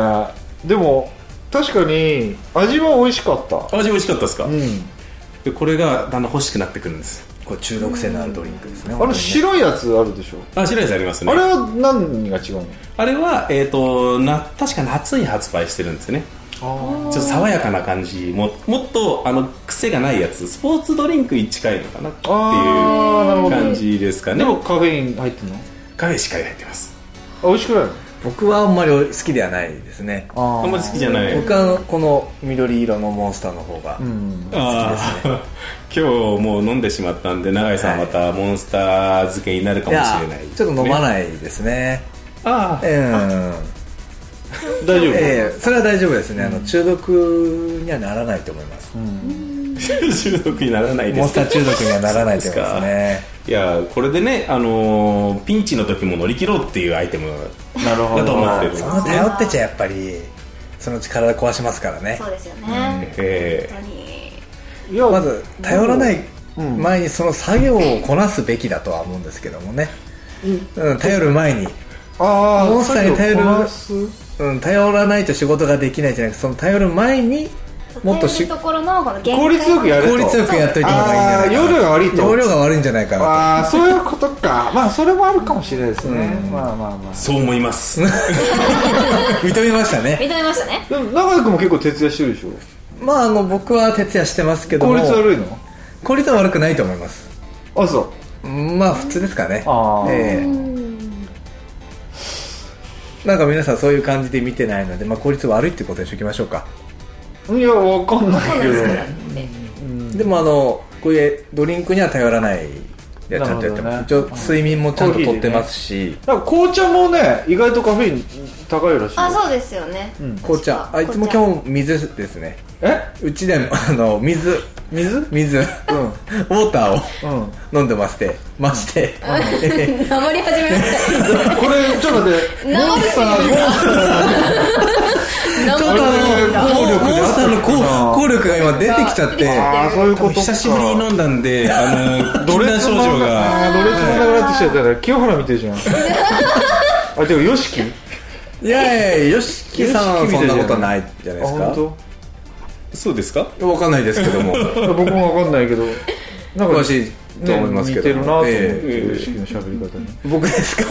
[SPEAKER 5] でも確かに味は美味しかった
[SPEAKER 7] 味美味しかったですか、
[SPEAKER 5] うん
[SPEAKER 7] でこれがだんだん欲しくなってくるんです
[SPEAKER 4] こう中毒性のあるドリンクですね
[SPEAKER 5] あの白いやつあるでしょ
[SPEAKER 7] あ白いやつありますね
[SPEAKER 5] あれは何が違うの
[SPEAKER 7] あれは、えー、とな確か夏に発売してるんですよねちょっと爽やかな感じももっとあの癖がないやつスポーツドリンクに近いのかなって
[SPEAKER 5] あーなる
[SPEAKER 7] い
[SPEAKER 5] ほ
[SPEAKER 7] う
[SPEAKER 5] ど
[SPEAKER 7] 感じですか
[SPEAKER 5] で
[SPEAKER 7] ね
[SPEAKER 5] もカフェイン入ってんの
[SPEAKER 7] カフェしっかり入ってます
[SPEAKER 5] あ美味しくないの
[SPEAKER 4] 僕はあんまり好きではないですね
[SPEAKER 5] あ
[SPEAKER 7] あんまり好きじゃない
[SPEAKER 4] 僕はこの緑色のモンスターの方が、
[SPEAKER 5] うん
[SPEAKER 7] あー今日もう飲んでしまったんで永井さんまたモンスター漬けになるかもしれない
[SPEAKER 4] ちょっと飲ま
[SPEAKER 7] い
[SPEAKER 4] ないですね
[SPEAKER 7] あ
[SPEAKER 4] うん
[SPEAKER 5] 大丈夫、
[SPEAKER 4] ええそれは大丈夫ですね、あの中毒にはならないと思います、
[SPEAKER 7] ー中毒にならないです
[SPEAKER 4] モンスター中毒にはならないということですね
[SPEAKER 7] いやこれでね、あのーピンチの時も乗り切ろうっていうアイテム
[SPEAKER 5] なるほ
[SPEAKER 7] だと思ってるんです
[SPEAKER 4] その頼ってちゃやっぱりそのうち体壊しますからね
[SPEAKER 6] そうですよね、
[SPEAKER 7] え
[SPEAKER 6] 本当に
[SPEAKER 5] いや
[SPEAKER 4] まず頼らない
[SPEAKER 5] うん
[SPEAKER 4] 前にその作業をこなすべきだとは思うんですけどもね、うん、頼る前に、
[SPEAKER 5] ああ
[SPEAKER 4] モンスターに頼る
[SPEAKER 5] こなす
[SPEAKER 4] うん、頼らないと仕事ができないじゃなくてその頼る前にもっとし
[SPEAKER 6] ところのこの限界
[SPEAKER 5] 効率よくやれ
[SPEAKER 4] 効率よくやっといた方がいいんじゃないかな
[SPEAKER 5] あー容量が悪いと
[SPEAKER 4] 容量が悪いんじゃないかな
[SPEAKER 5] ああそういうことか <laughs> まあそれもあるかもしれないですね、まあまあまあ
[SPEAKER 7] ーそう思います
[SPEAKER 4] と認めましたね
[SPEAKER 6] 認めましたね
[SPEAKER 5] でも長井君も結構徹夜してるでしょ
[SPEAKER 4] まああの僕は徹夜してますけども
[SPEAKER 5] 効率悪いの
[SPEAKER 4] 効率は悪くないと思います
[SPEAKER 5] あそう
[SPEAKER 4] うんまあ普通ですかね
[SPEAKER 5] あー
[SPEAKER 4] ええなんか皆さんそういう感じで見てないので、まあ、効率悪いってことにしときましょうか、
[SPEAKER 5] いや、わかんないけど。
[SPEAKER 4] でもあのこういうドリンクには頼らないでちゃんとやってます、
[SPEAKER 5] なるほ
[SPEAKER 4] 一
[SPEAKER 5] どね
[SPEAKER 4] 応睡眠もちゃんととってますし、
[SPEAKER 5] なんか紅茶もね、意外とカフェイン高いらしいよ。
[SPEAKER 6] あそうですよね、
[SPEAKER 4] 紅茶あいつも
[SPEAKER 6] 紅
[SPEAKER 4] 今日水ですね
[SPEAKER 5] え
[SPEAKER 4] うちでも <laughs> あの水
[SPEAKER 5] 水うん。
[SPEAKER 4] 水、ウォーターを <laughs>
[SPEAKER 5] うん。
[SPEAKER 4] 飲んでましてまして、え
[SPEAKER 6] 茶黙り始めまし
[SPEAKER 5] これ、ちょっと待って、モンスター、モンスター
[SPEAKER 4] えちょっとあの効力モンスターの効効力が今出てきちゃって
[SPEAKER 5] ああ、そういうことか。
[SPEAKER 7] 久しぶりに飲んだんであ
[SPEAKER 4] <laughs>
[SPEAKER 7] の
[SPEAKER 5] ド
[SPEAKER 7] ド
[SPEAKER 5] レ
[SPEAKER 7] レ
[SPEAKER 5] ス
[SPEAKER 7] 少
[SPEAKER 5] も
[SPEAKER 7] 女が
[SPEAKER 5] あードレスもなくなってきちゃったから、清原見てる
[SPEAKER 6] <laughs>
[SPEAKER 5] じゃん。あ、でも、ヨシキ
[SPEAKER 4] いやいやよしきさんはそんなことないじゃない
[SPEAKER 5] あ、
[SPEAKER 4] ですか
[SPEAKER 5] 本
[SPEAKER 7] そうですか
[SPEAKER 4] わかんないですけど <laughs> も
[SPEAKER 5] 当？僕もわかんないけど。なんか、
[SPEAKER 4] 詳しいと思いますけど
[SPEAKER 5] ね似てるなと思って、
[SPEAKER 4] え
[SPEAKER 5] ヨシキの喋り方に。
[SPEAKER 4] 僕です <laughs> か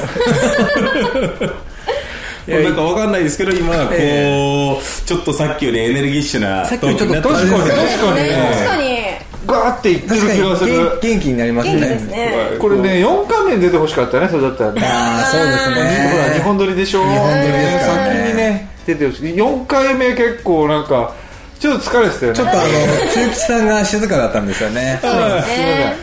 [SPEAKER 4] いや
[SPEAKER 7] なんかわかんないですけど今こう、
[SPEAKER 4] え
[SPEAKER 7] ちょっとさっきよりエネルギッシュな
[SPEAKER 4] さっきよりちょっと
[SPEAKER 7] トーンにな
[SPEAKER 4] 確か
[SPEAKER 7] っ
[SPEAKER 4] に
[SPEAKER 7] て
[SPEAKER 5] 確か
[SPEAKER 6] た
[SPEAKER 5] に
[SPEAKER 6] ね
[SPEAKER 5] ね、
[SPEAKER 6] 確かに
[SPEAKER 5] ガーっていってる
[SPEAKER 4] 確か
[SPEAKER 5] 気がす
[SPEAKER 4] に元
[SPEAKER 5] る。
[SPEAKER 4] 元気になりますね
[SPEAKER 6] 元気ですね
[SPEAKER 5] これね、4回目に出てほしかったね、それだったらね。
[SPEAKER 4] ああそうです
[SPEAKER 5] ほら、日
[SPEAKER 4] ね
[SPEAKER 5] 本撮りでしょ。日
[SPEAKER 4] 本撮りですからね
[SPEAKER 5] 先にね、出てほしい。4回目結構なんか、ちょっと疲れてたよね。
[SPEAKER 4] ちょっとあの中吉さんが静かだったんですよ <laughs> ね
[SPEAKER 6] そうですね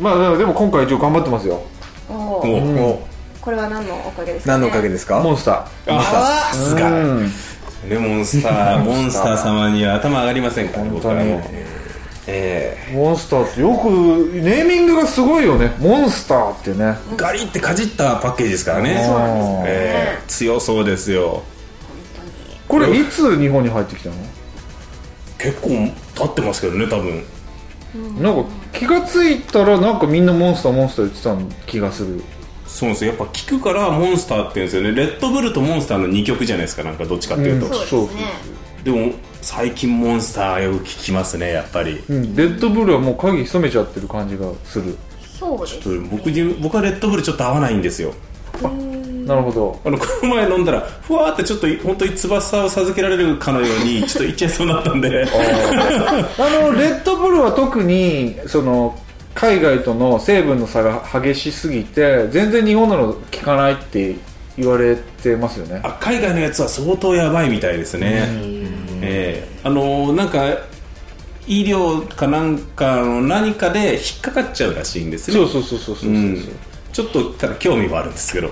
[SPEAKER 5] まあ、でも今回一応頑張ってますよ。
[SPEAKER 6] お
[SPEAKER 7] お
[SPEAKER 6] お
[SPEAKER 7] ー
[SPEAKER 4] お
[SPEAKER 6] これは何のおかげですか、
[SPEAKER 4] 何
[SPEAKER 6] ね、
[SPEAKER 4] のおかげですか
[SPEAKER 5] モンスタ
[SPEAKER 7] あさすがねモンスターモンスター様には頭上がりませんから僕はもう
[SPEAKER 5] 本当
[SPEAKER 7] え
[SPEAKER 5] ー。モンスターってよく、ネーミングがすごいよね。モンスターってね。
[SPEAKER 7] えガリってかじったパッケージですからね
[SPEAKER 5] そうなんですね
[SPEAKER 7] ええ強そうですよ
[SPEAKER 5] これ、いつ日本に入ってきたの
[SPEAKER 7] 結構経ってますけどね多分
[SPEAKER 5] なんか気がついたらなんかみんなモンスターモンスター言ってた気がする
[SPEAKER 7] そうなんですよやっぱ聞くからモンスターって言うんですよねレッドブルとモンスターの2曲じゃないですかなんかどっちかっていうと、
[SPEAKER 5] うん
[SPEAKER 6] そうですね
[SPEAKER 7] でも最近モンスターよく聞きますねやっぱり
[SPEAKER 5] うんレッドブルはもう鍵潜めちゃってる感じがする
[SPEAKER 6] そうですね
[SPEAKER 7] 僕に僕はレッドブルちょっと合わないんですよ
[SPEAKER 5] なるほど
[SPEAKER 7] あのこの前飲んだらふわーってちょっと本当に翼を授けられるかのようにちょっといっちゃいそうになったんで
[SPEAKER 5] あのレッドブルは特にその海外との成分の差が激しすぎて全然日本なの効かないって言われてますよね
[SPEAKER 7] あ海外のやつは相当やばいみたいですねええあのーなんか医療かなんかの何かで引っかかっちゃうらしいんですね
[SPEAKER 5] そうそうそうそうそうそう、
[SPEAKER 7] うんちょっとただ興味はあるんですけど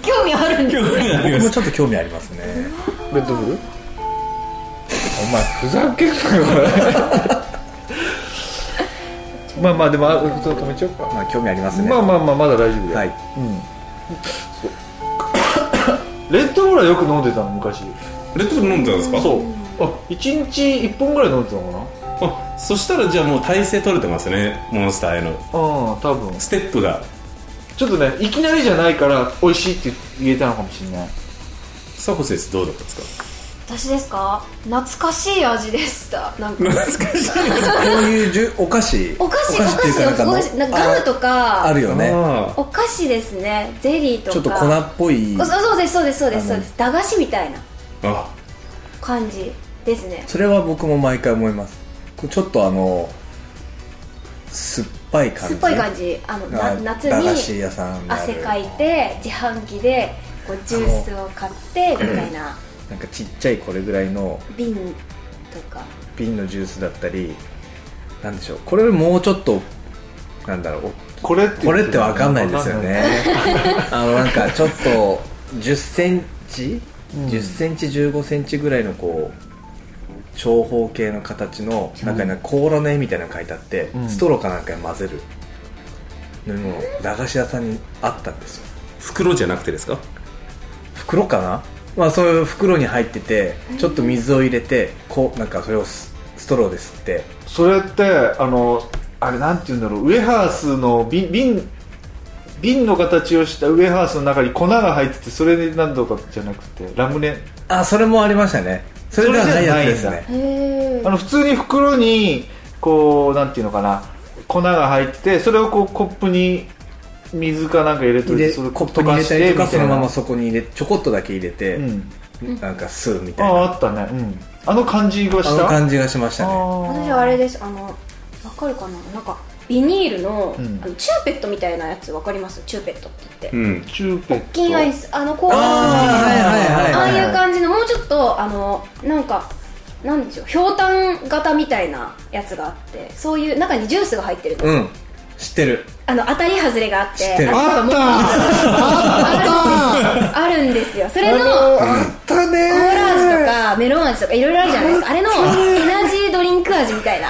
[SPEAKER 6] 興味あるんです
[SPEAKER 7] 興味はありま
[SPEAKER 4] 僕も
[SPEAKER 7] す
[SPEAKER 4] ちょっと興味ありますね
[SPEAKER 5] レッドブル
[SPEAKER 4] お前
[SPEAKER 5] ふざけんなよこ <laughs> れまあまあでもあちょっと止めちゃおうか
[SPEAKER 4] まあ興味ありますね
[SPEAKER 5] まあまあまあまだ大丈夫だよ、
[SPEAKER 4] はい
[SPEAKER 5] <coughs> レッドブルはよく飲んでたの昔
[SPEAKER 7] レッドブル飲んでたんですか
[SPEAKER 5] そうあ一1日1本ぐらい飲んでたのかな
[SPEAKER 7] あそしたらじゃあもう体勢取れてますねモンスターへの
[SPEAKER 5] うん多分
[SPEAKER 7] ステップが
[SPEAKER 5] ちょっとねいきなりじゃないから美味しいって言えたのかもしれない
[SPEAKER 7] サコ先生どうだったんですか
[SPEAKER 6] <laughs> 私ですか懐かしい味でしたなんか
[SPEAKER 7] 懐かしい
[SPEAKER 4] こういうじゅお菓子
[SPEAKER 6] お菓子お菓
[SPEAKER 4] っていうかなん
[SPEAKER 6] 子
[SPEAKER 4] か
[SPEAKER 6] の
[SPEAKER 4] の
[SPEAKER 6] お菓子なんかガムと
[SPEAKER 4] ああ
[SPEAKER 6] か
[SPEAKER 4] るよね
[SPEAKER 6] お菓子ですねゼリーとか
[SPEAKER 4] ちょっと粉っぽい
[SPEAKER 6] おそうそうですそうですそうですそうです駄菓子みたいな
[SPEAKER 7] あ
[SPEAKER 6] 感じですね
[SPEAKER 4] それは僕も毎回思いますこうちょっとあの酸っぱい感じ
[SPEAKER 6] 酸っぱい感じあのな
[SPEAKER 4] あ
[SPEAKER 6] 夏
[SPEAKER 4] 駄菓子
[SPEAKER 6] に
[SPEAKER 4] 屋さんである
[SPEAKER 6] 汗かいて自販機でこうジュースを買ってみたいな
[SPEAKER 4] なんかちっちゃいこれぐらいの
[SPEAKER 6] 瓶とか
[SPEAKER 4] 瓶のジュースだったりなんでしょうこれよりもうちょっとなんだろ
[SPEAKER 6] <laughs>
[SPEAKER 4] う
[SPEAKER 5] これって
[SPEAKER 4] これってわかんないですよねあのなんかちょっと1 0センチ1 0センチ1 5センチぐらいのこう長方形の形の中に甲羅の絵みたいなの書いてあって、
[SPEAKER 5] ん
[SPEAKER 4] ストローかなんかに混ぜる飲み物駄菓子屋さんにあったんですよ
[SPEAKER 7] 袋じゃなくてですか
[SPEAKER 4] 袋かなまあそういう袋に入っててちょっと水を入れてこうなんかそれをスストローで吸って
[SPEAKER 5] それってあのあれなんて言うんだろうウエハースの瓶瓶瓶の形をしたウエハースの中に粉が入っててそれで何度かじゃなくてラムネ
[SPEAKER 4] あそれもありましたねそれではないやつですね
[SPEAKER 6] へえ
[SPEAKER 5] あの普通に袋にこうなんていうのかな粉が入っててそれをこうコップに水かなんか入れと
[SPEAKER 4] 入
[SPEAKER 5] いて
[SPEAKER 4] れ
[SPEAKER 5] それを
[SPEAKER 4] コップに入れたりとかそのまま
[SPEAKER 5] み
[SPEAKER 4] そこに入れちょこっとだけ入れて、
[SPEAKER 5] たいなうん
[SPEAKER 4] なんか吸うみ
[SPEAKER 5] あ
[SPEAKER 4] たい
[SPEAKER 5] あ
[SPEAKER 4] な
[SPEAKER 5] あったね、うん、あの感じが
[SPEAKER 4] あ
[SPEAKER 5] した
[SPEAKER 4] の感じがしましたね
[SPEAKER 5] あ
[SPEAKER 6] 私あれですあのわかるかななんかビニールの,、
[SPEAKER 5] うん
[SPEAKER 6] あのチューペットみたいなやつわかりますチューペットって言って、
[SPEAKER 7] うん
[SPEAKER 5] ーチューペット
[SPEAKER 6] 金アイスあのコーラ
[SPEAKER 4] あ
[SPEAKER 6] アイス
[SPEAKER 4] ーは
[SPEAKER 6] あ
[SPEAKER 4] いはいはい
[SPEAKER 6] あ
[SPEAKER 4] はい
[SPEAKER 6] いう感じのもうちょっとあのなんかなんでしょうひょうたん型みたいなやつがあってそういう中にジュースが入ってるんですよ
[SPEAKER 4] うん知ってる
[SPEAKER 6] あの当たり外れがあって
[SPEAKER 4] 知ってる
[SPEAKER 5] あ
[SPEAKER 6] あったあるんですよそれのコ
[SPEAKER 5] あったね
[SPEAKER 6] ーラ味とかメロン味とかいろいろあるじゃないですかあれのエナジードリンク味みたいな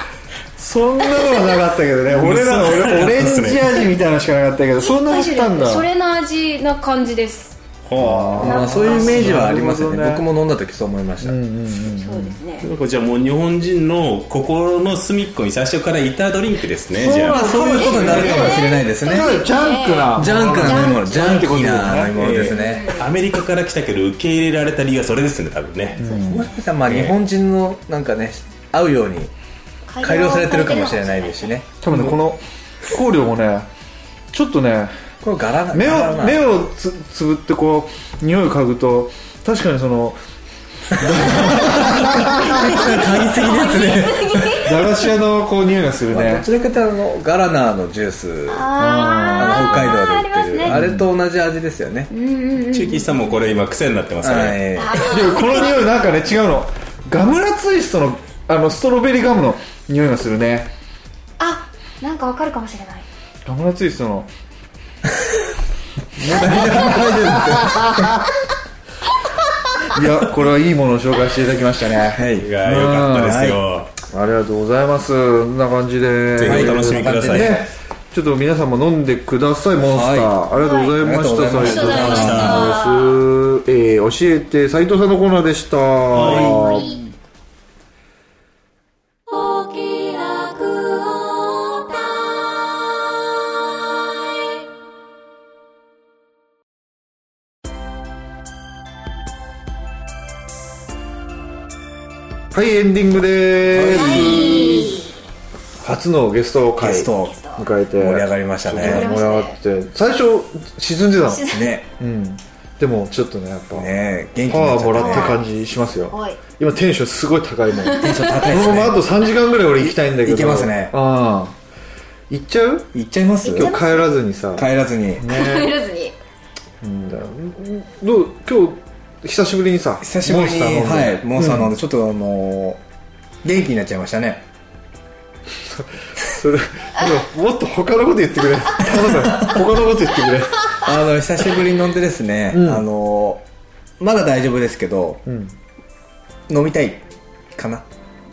[SPEAKER 5] そんなのはなかったけどね俺らの俺オレンジ味みたいなのしかなかったけどそんなのあったんだ
[SPEAKER 6] それの味な感じです
[SPEAKER 7] は
[SPEAKER 4] まあそういうイメージはありますよね
[SPEAKER 5] なるほど
[SPEAKER 4] 僕も
[SPEAKER 5] ね
[SPEAKER 4] 飲んだ時そう思いました、
[SPEAKER 6] そうですね
[SPEAKER 7] あじゃあもう日本人の心の隅っこに最初からいたドリンクですねじゃ
[SPEAKER 4] まあ
[SPEAKER 7] あ
[SPEAKER 4] そういうことになるかもしれないですね、
[SPEAKER 5] ジャンクな
[SPEAKER 4] ジャンクな飲み物ジャンキーな飲み物
[SPEAKER 7] ええ
[SPEAKER 4] ですね、
[SPEAKER 7] アメリカから来たけど受け入れられた理由はそれですね多分ね、
[SPEAKER 4] もしかしたらまあ日本人のなんかね合うように改良されてるかもしれないですしね
[SPEAKER 5] 多分ねこの香料もねちょっとね
[SPEAKER 4] これ柄が
[SPEAKER 5] 目
[SPEAKER 4] 柄
[SPEAKER 5] を
[SPEAKER 4] な
[SPEAKER 5] 目をつつぶってこう匂いを嗅ぐと確かにその
[SPEAKER 4] 買いすぎですね <laughs>
[SPEAKER 5] 駄菓子屋のこう匂いがする
[SPEAKER 4] まあど
[SPEAKER 5] ね
[SPEAKER 4] ちらかというとあのガラナーのジュースあ
[SPEAKER 6] あ
[SPEAKER 4] の
[SPEAKER 6] ー
[SPEAKER 4] 北海道で売ってるあ,、
[SPEAKER 6] ありますね
[SPEAKER 4] れと同じ味ですよね、
[SPEAKER 7] 中吉さんもこれ今癖になってますから、、
[SPEAKER 4] はいい
[SPEAKER 5] でもこの匂いなんかね違うのガムラツイストのあのストロベリーガムの匂いがするね
[SPEAKER 6] あなんかわかるかもしれない
[SPEAKER 5] ガムラツイストの <laughs> いやこれはいいものを紹介していただきましたね
[SPEAKER 4] はい
[SPEAKER 7] やよかったですよ、
[SPEAKER 5] ありがとうございますこんな感じで
[SPEAKER 7] ぜひお楽しみください
[SPEAKER 5] ねちょっと皆さんも飲んでくださいモンスター、
[SPEAKER 4] は
[SPEAKER 5] ありがとうございました、
[SPEAKER 4] はい
[SPEAKER 5] 斉藤さ
[SPEAKER 6] ありがと
[SPEAKER 5] ん
[SPEAKER 6] うございました
[SPEAKER 5] ありがとうございますえー教えて斉藤さんのコーナーでした、
[SPEAKER 9] お気楽をたい
[SPEAKER 5] はいエンディングでーす、初のゲスト会
[SPEAKER 4] ゲスト
[SPEAKER 5] 迎えて
[SPEAKER 4] 盛り上がりました
[SPEAKER 5] 盛り
[SPEAKER 4] ね
[SPEAKER 5] 上がって最初沈んでたの、
[SPEAKER 4] ね
[SPEAKER 5] うん、でもちょっとねやっぱ、
[SPEAKER 4] ね元気に
[SPEAKER 5] パ
[SPEAKER 4] なっ
[SPEAKER 5] ワ
[SPEAKER 4] ち
[SPEAKER 5] ー
[SPEAKER 4] ゃ
[SPEAKER 5] も
[SPEAKER 4] っ
[SPEAKER 5] らった
[SPEAKER 4] たね
[SPEAKER 5] 感じしますよ
[SPEAKER 6] おい
[SPEAKER 5] 今テンションすごい高いもん
[SPEAKER 4] テンション高いで
[SPEAKER 5] こ
[SPEAKER 4] す
[SPEAKER 5] のままあ
[SPEAKER 4] ね
[SPEAKER 5] と3時間ぐらい俺行きたいんだけど
[SPEAKER 4] いけますね
[SPEAKER 5] ああ行っちゃう
[SPEAKER 4] 行っちゃいます
[SPEAKER 5] 今日帰らずにさ
[SPEAKER 4] 帰らずに
[SPEAKER 6] 帰らずに
[SPEAKER 5] うんだよどう今日久しぶりにさ
[SPEAKER 4] 久しぶりに
[SPEAKER 5] モンスター飲んで
[SPEAKER 4] はいモンスター飲んでちょっとあのー元気になっちゃいましたね
[SPEAKER 5] それももっと他のこと言ってくれ頼む他のこと言ってくれ
[SPEAKER 4] あの久しぶりに飲んでですね、
[SPEAKER 5] うん
[SPEAKER 4] あのまだ大丈夫ですけど
[SPEAKER 5] うん
[SPEAKER 4] 飲みたいかなっ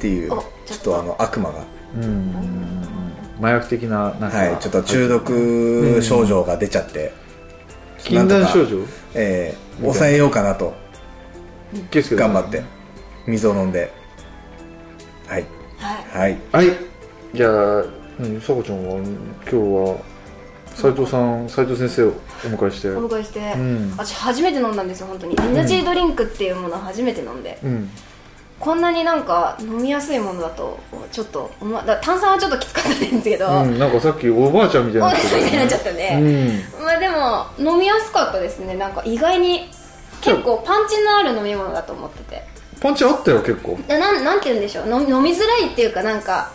[SPEAKER 4] ていう
[SPEAKER 6] お
[SPEAKER 4] ちょっとあの悪魔が、
[SPEAKER 5] うん麻薬的ななんか
[SPEAKER 4] はい、ちょっと中毒症状が出ちゃって、
[SPEAKER 5] 禁断症
[SPEAKER 4] なんとか
[SPEAKER 5] 状
[SPEAKER 4] えー抑えようかなと
[SPEAKER 5] 気をつけ
[SPEAKER 4] 頑張って水を飲んではい
[SPEAKER 6] はい
[SPEAKER 4] はい
[SPEAKER 5] はいじゃあ何さこちゃんは今日は斉藤さん斉藤先生をお迎えして
[SPEAKER 6] お迎えして、
[SPEAKER 5] ん
[SPEAKER 6] 私初めて飲んだんですよ本当にエナジードリンクっていうものを初めて飲んで、
[SPEAKER 5] うん
[SPEAKER 6] こんなになんか飲みやすいものだとちょっと思わだから炭酸はちょっときつかったんですけど、
[SPEAKER 5] う
[SPEAKER 6] お
[SPEAKER 5] んなんかさっきおばあちゃんみたいにな
[SPEAKER 6] 腹
[SPEAKER 5] って
[SPEAKER 6] みた
[SPEAKER 5] た
[SPEAKER 6] いになっちゃった
[SPEAKER 5] う
[SPEAKER 6] ね、
[SPEAKER 5] ん
[SPEAKER 6] まあでも飲みやすかったですねなんか意外に結構パンチのある飲み物だと思ってて
[SPEAKER 5] パンチあったよ結構
[SPEAKER 6] だなんなんて言うんでしょう飲み飲みづらいっていうかなんか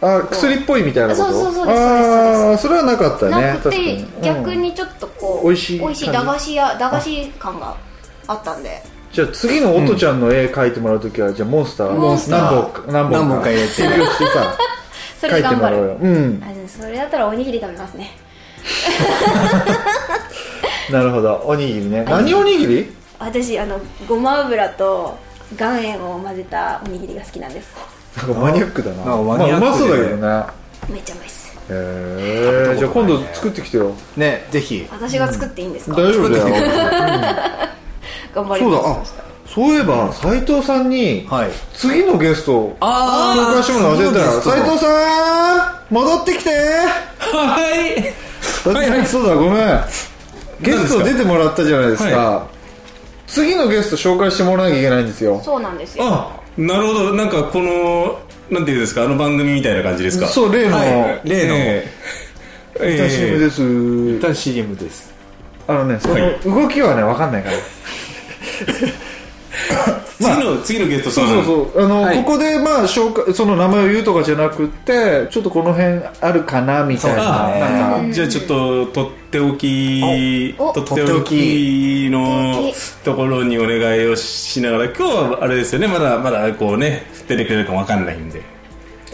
[SPEAKER 5] あ薬っぽいみたいなこと
[SPEAKER 6] そうそうそうです
[SPEAKER 5] ああそれはなかったね
[SPEAKER 6] なくて、
[SPEAKER 5] 確か
[SPEAKER 6] 逆
[SPEAKER 5] うん
[SPEAKER 6] にちょっとこう
[SPEAKER 5] 美味しい感じ
[SPEAKER 6] 駄菓子や駄菓子感があったんで
[SPEAKER 5] じゃあ次の音ちゃんの絵描いてもらうときは、じゃあモンスター
[SPEAKER 6] モンスター
[SPEAKER 5] 何本か何本か
[SPEAKER 4] 何本か入れて
[SPEAKER 5] 提供してさ
[SPEAKER 6] <laughs> そ
[SPEAKER 5] 描
[SPEAKER 6] れ
[SPEAKER 5] いて
[SPEAKER 6] 頑
[SPEAKER 5] も
[SPEAKER 6] 張
[SPEAKER 5] らおう
[SPEAKER 6] る
[SPEAKER 5] ようん
[SPEAKER 6] あでもそれだったらおにぎり食べますね
[SPEAKER 5] なるほどおにぎりね何おにぎり
[SPEAKER 6] 私あのごま油と岩塩を混ぜたおにぎりが好きなんです
[SPEAKER 5] なんかマニアックだな。
[SPEAKER 4] なんかマニアックで
[SPEAKER 5] まあ、うまそうだけどね。
[SPEAKER 6] めっちゃうまいっす
[SPEAKER 5] へえじゃあ今度作ってきてよ。
[SPEAKER 4] ねぜひ
[SPEAKER 6] 私が作っていいんですか、
[SPEAKER 5] 大丈夫だ
[SPEAKER 4] 作ってきて
[SPEAKER 5] よ。
[SPEAKER 6] 頑張り
[SPEAKER 5] そう
[SPEAKER 6] ま
[SPEAKER 5] だ
[SPEAKER 6] す。
[SPEAKER 5] あ、そういえば斉藤さんに、
[SPEAKER 4] はい
[SPEAKER 5] 次のゲストを紹
[SPEAKER 4] あー
[SPEAKER 5] 介してもらうの忘れたら
[SPEAKER 4] そう
[SPEAKER 5] 斉
[SPEAKER 4] です
[SPEAKER 5] 藤さん戻ってきて。
[SPEAKER 7] はい
[SPEAKER 5] はいはい。そうだごめん。ゲスト出てもらったじゃないですか。
[SPEAKER 7] は
[SPEAKER 5] 次のゲスト紹介してもらわなきゃいけないんですよ。
[SPEAKER 6] そうなんですよ
[SPEAKER 7] あなるほどなんかこのなんていうんですかあの番組みたいな感じですかう
[SPEAKER 5] そう例の、
[SPEAKER 7] はい例の
[SPEAKER 5] え
[SPEAKER 7] え
[SPEAKER 5] え久しぶりです、
[SPEAKER 4] 一旦 CM です
[SPEAKER 5] あのねそ
[SPEAKER 7] は
[SPEAKER 5] の
[SPEAKER 7] い
[SPEAKER 5] 動きはね分かんないから、
[SPEAKER 7] 次の次のゲストさ
[SPEAKER 5] そ
[SPEAKER 7] ん
[SPEAKER 5] うそうそうあの、
[SPEAKER 4] はい
[SPEAKER 5] ここでまあ紹介その名前を言うとかじゃなくてちょっとこの辺あるかなみたい
[SPEAKER 7] あ
[SPEAKER 5] な,、
[SPEAKER 4] そうだね
[SPEAKER 5] なんか
[SPEAKER 7] じゃあちょっととっておき
[SPEAKER 6] おお
[SPEAKER 7] とっておきのところにお願いをしながら今日はあれですよねまだまだこうね出てくれるかわかんないんで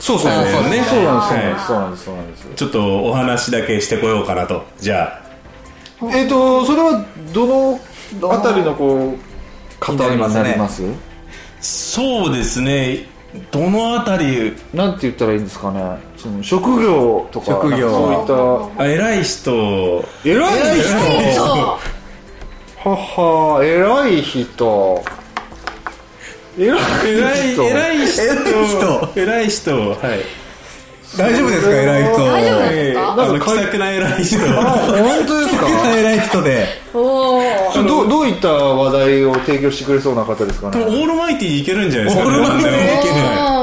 [SPEAKER 5] そうそうそう
[SPEAKER 7] あそうね
[SPEAKER 5] そうなん
[SPEAKER 7] は
[SPEAKER 5] で
[SPEAKER 7] い
[SPEAKER 5] すそうなんですそうなんですそうなんです
[SPEAKER 7] ちょっとお話だけしてこようかなとじゃあ
[SPEAKER 5] えっ、とそれはどのあたりのこう
[SPEAKER 4] 気になりますね
[SPEAKER 5] 方になります
[SPEAKER 7] そうですねどのあたり
[SPEAKER 5] なんて言ったらいいんですかねその職業とか
[SPEAKER 4] 職業
[SPEAKER 5] なんかそういっ
[SPEAKER 7] あ偉い人
[SPEAKER 5] た偉い人はは偉い人偉
[SPEAKER 7] 偉
[SPEAKER 5] い
[SPEAKER 7] い
[SPEAKER 5] 人
[SPEAKER 7] 偉い人
[SPEAKER 4] 偉い人
[SPEAKER 7] 偉い人はい
[SPEAKER 4] 大丈夫ですか偉い人
[SPEAKER 6] 大丈夫
[SPEAKER 4] え
[SPEAKER 6] です
[SPEAKER 7] えー
[SPEAKER 6] か
[SPEAKER 7] あの気さくな偉い人
[SPEAKER 5] あ本当です
[SPEAKER 4] え
[SPEAKER 5] か
[SPEAKER 4] 偉い人で
[SPEAKER 6] おー
[SPEAKER 5] ちょどうどういった話題を提供してくれそうな方ですか
[SPEAKER 7] 多分
[SPEAKER 5] ね
[SPEAKER 7] オールマイティにいけるんじゃないですか
[SPEAKER 4] オールマイティにい
[SPEAKER 7] ける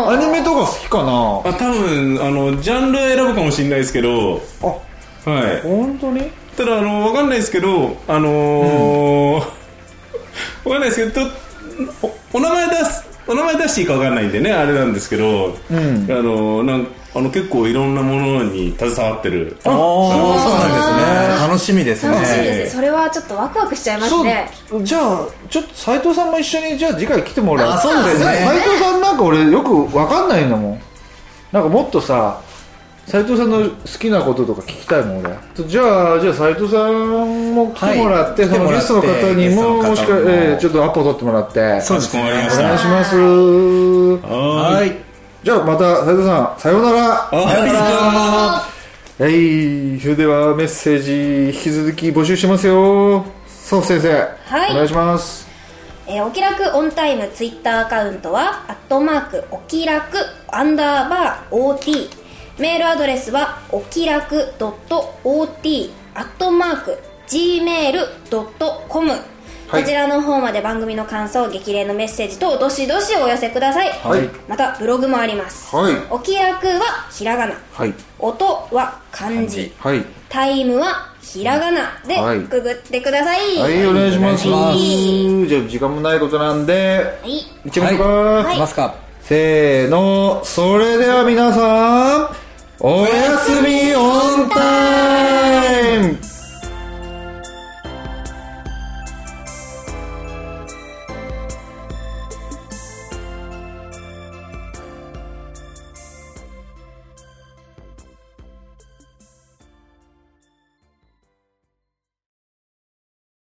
[SPEAKER 5] アニメとか好きかな
[SPEAKER 7] あ多分あのジャンルは選ぶかもしれないですけど
[SPEAKER 5] あ
[SPEAKER 7] はい
[SPEAKER 5] 本当に
[SPEAKER 7] ただあのわかんないですけどあのーわかんないですけどおお名前出すお名前出していいかわかんないんでねあれなんですけど、
[SPEAKER 5] ん
[SPEAKER 7] あのなんあの結構いろんなものに携わってる
[SPEAKER 4] ああそうなんですね楽しみですね
[SPEAKER 6] 楽しみ
[SPEAKER 7] え
[SPEAKER 6] で
[SPEAKER 7] え
[SPEAKER 6] すねそれはちょっとワクワクしちゃいますね
[SPEAKER 5] そうじゃあちょっと斉藤さんも一緒にじゃあ次回来てもらう
[SPEAKER 4] あそうですね
[SPEAKER 5] 斉藤さんなんか俺よくわかんないんだもんなんかもっとさ斉藤さんの好きなこととか聞きたいもん俺じゃあじゃあ斉藤さんも来てもらって、
[SPEAKER 4] はい
[SPEAKER 5] そのゲストの
[SPEAKER 4] 来てもらって
[SPEAKER 5] 方にも
[SPEAKER 4] ゲ
[SPEAKER 5] も
[SPEAKER 4] ス
[SPEAKER 5] し
[SPEAKER 4] ト
[SPEAKER 5] か
[SPEAKER 4] の方も
[SPEAKER 5] えーちょっとアポ取ってもらって
[SPEAKER 4] そうです
[SPEAKER 7] かしこまりま
[SPEAKER 5] お
[SPEAKER 7] し
[SPEAKER 5] 願い
[SPEAKER 7] た
[SPEAKER 5] します
[SPEAKER 7] は
[SPEAKER 4] はいい
[SPEAKER 5] じゃあまた斉藤さんさようならはい、それではメッセージ引き続き募集してますよ。そう先生、
[SPEAKER 6] はい
[SPEAKER 5] お願いします。
[SPEAKER 6] えーおきらくオンタイムツイッターアカウントは、アットマーク、おきらく、アンダーバー、OT。メールアドレスは、おきらく .ot、アットマーク、gmail.com。
[SPEAKER 5] はい
[SPEAKER 6] こちらの方まで番組の感想、激励のメッセージ等、どしどしお寄せください。
[SPEAKER 5] はい
[SPEAKER 6] また、ブログもあります。
[SPEAKER 5] はい
[SPEAKER 6] おきらくは、ひらがな。
[SPEAKER 5] はい、
[SPEAKER 6] 音は漢字。
[SPEAKER 5] はい、
[SPEAKER 6] タイムは、ひらがな。で、
[SPEAKER 5] はい
[SPEAKER 6] くぐってください。
[SPEAKER 5] はい、お願いします。
[SPEAKER 4] お願い
[SPEAKER 5] じゃあ時間もないことなんで、
[SPEAKER 6] はい
[SPEAKER 5] 行っちゃいましょうか。
[SPEAKER 4] いますか
[SPEAKER 5] せーの、それでは皆さん、おやすみオンタイム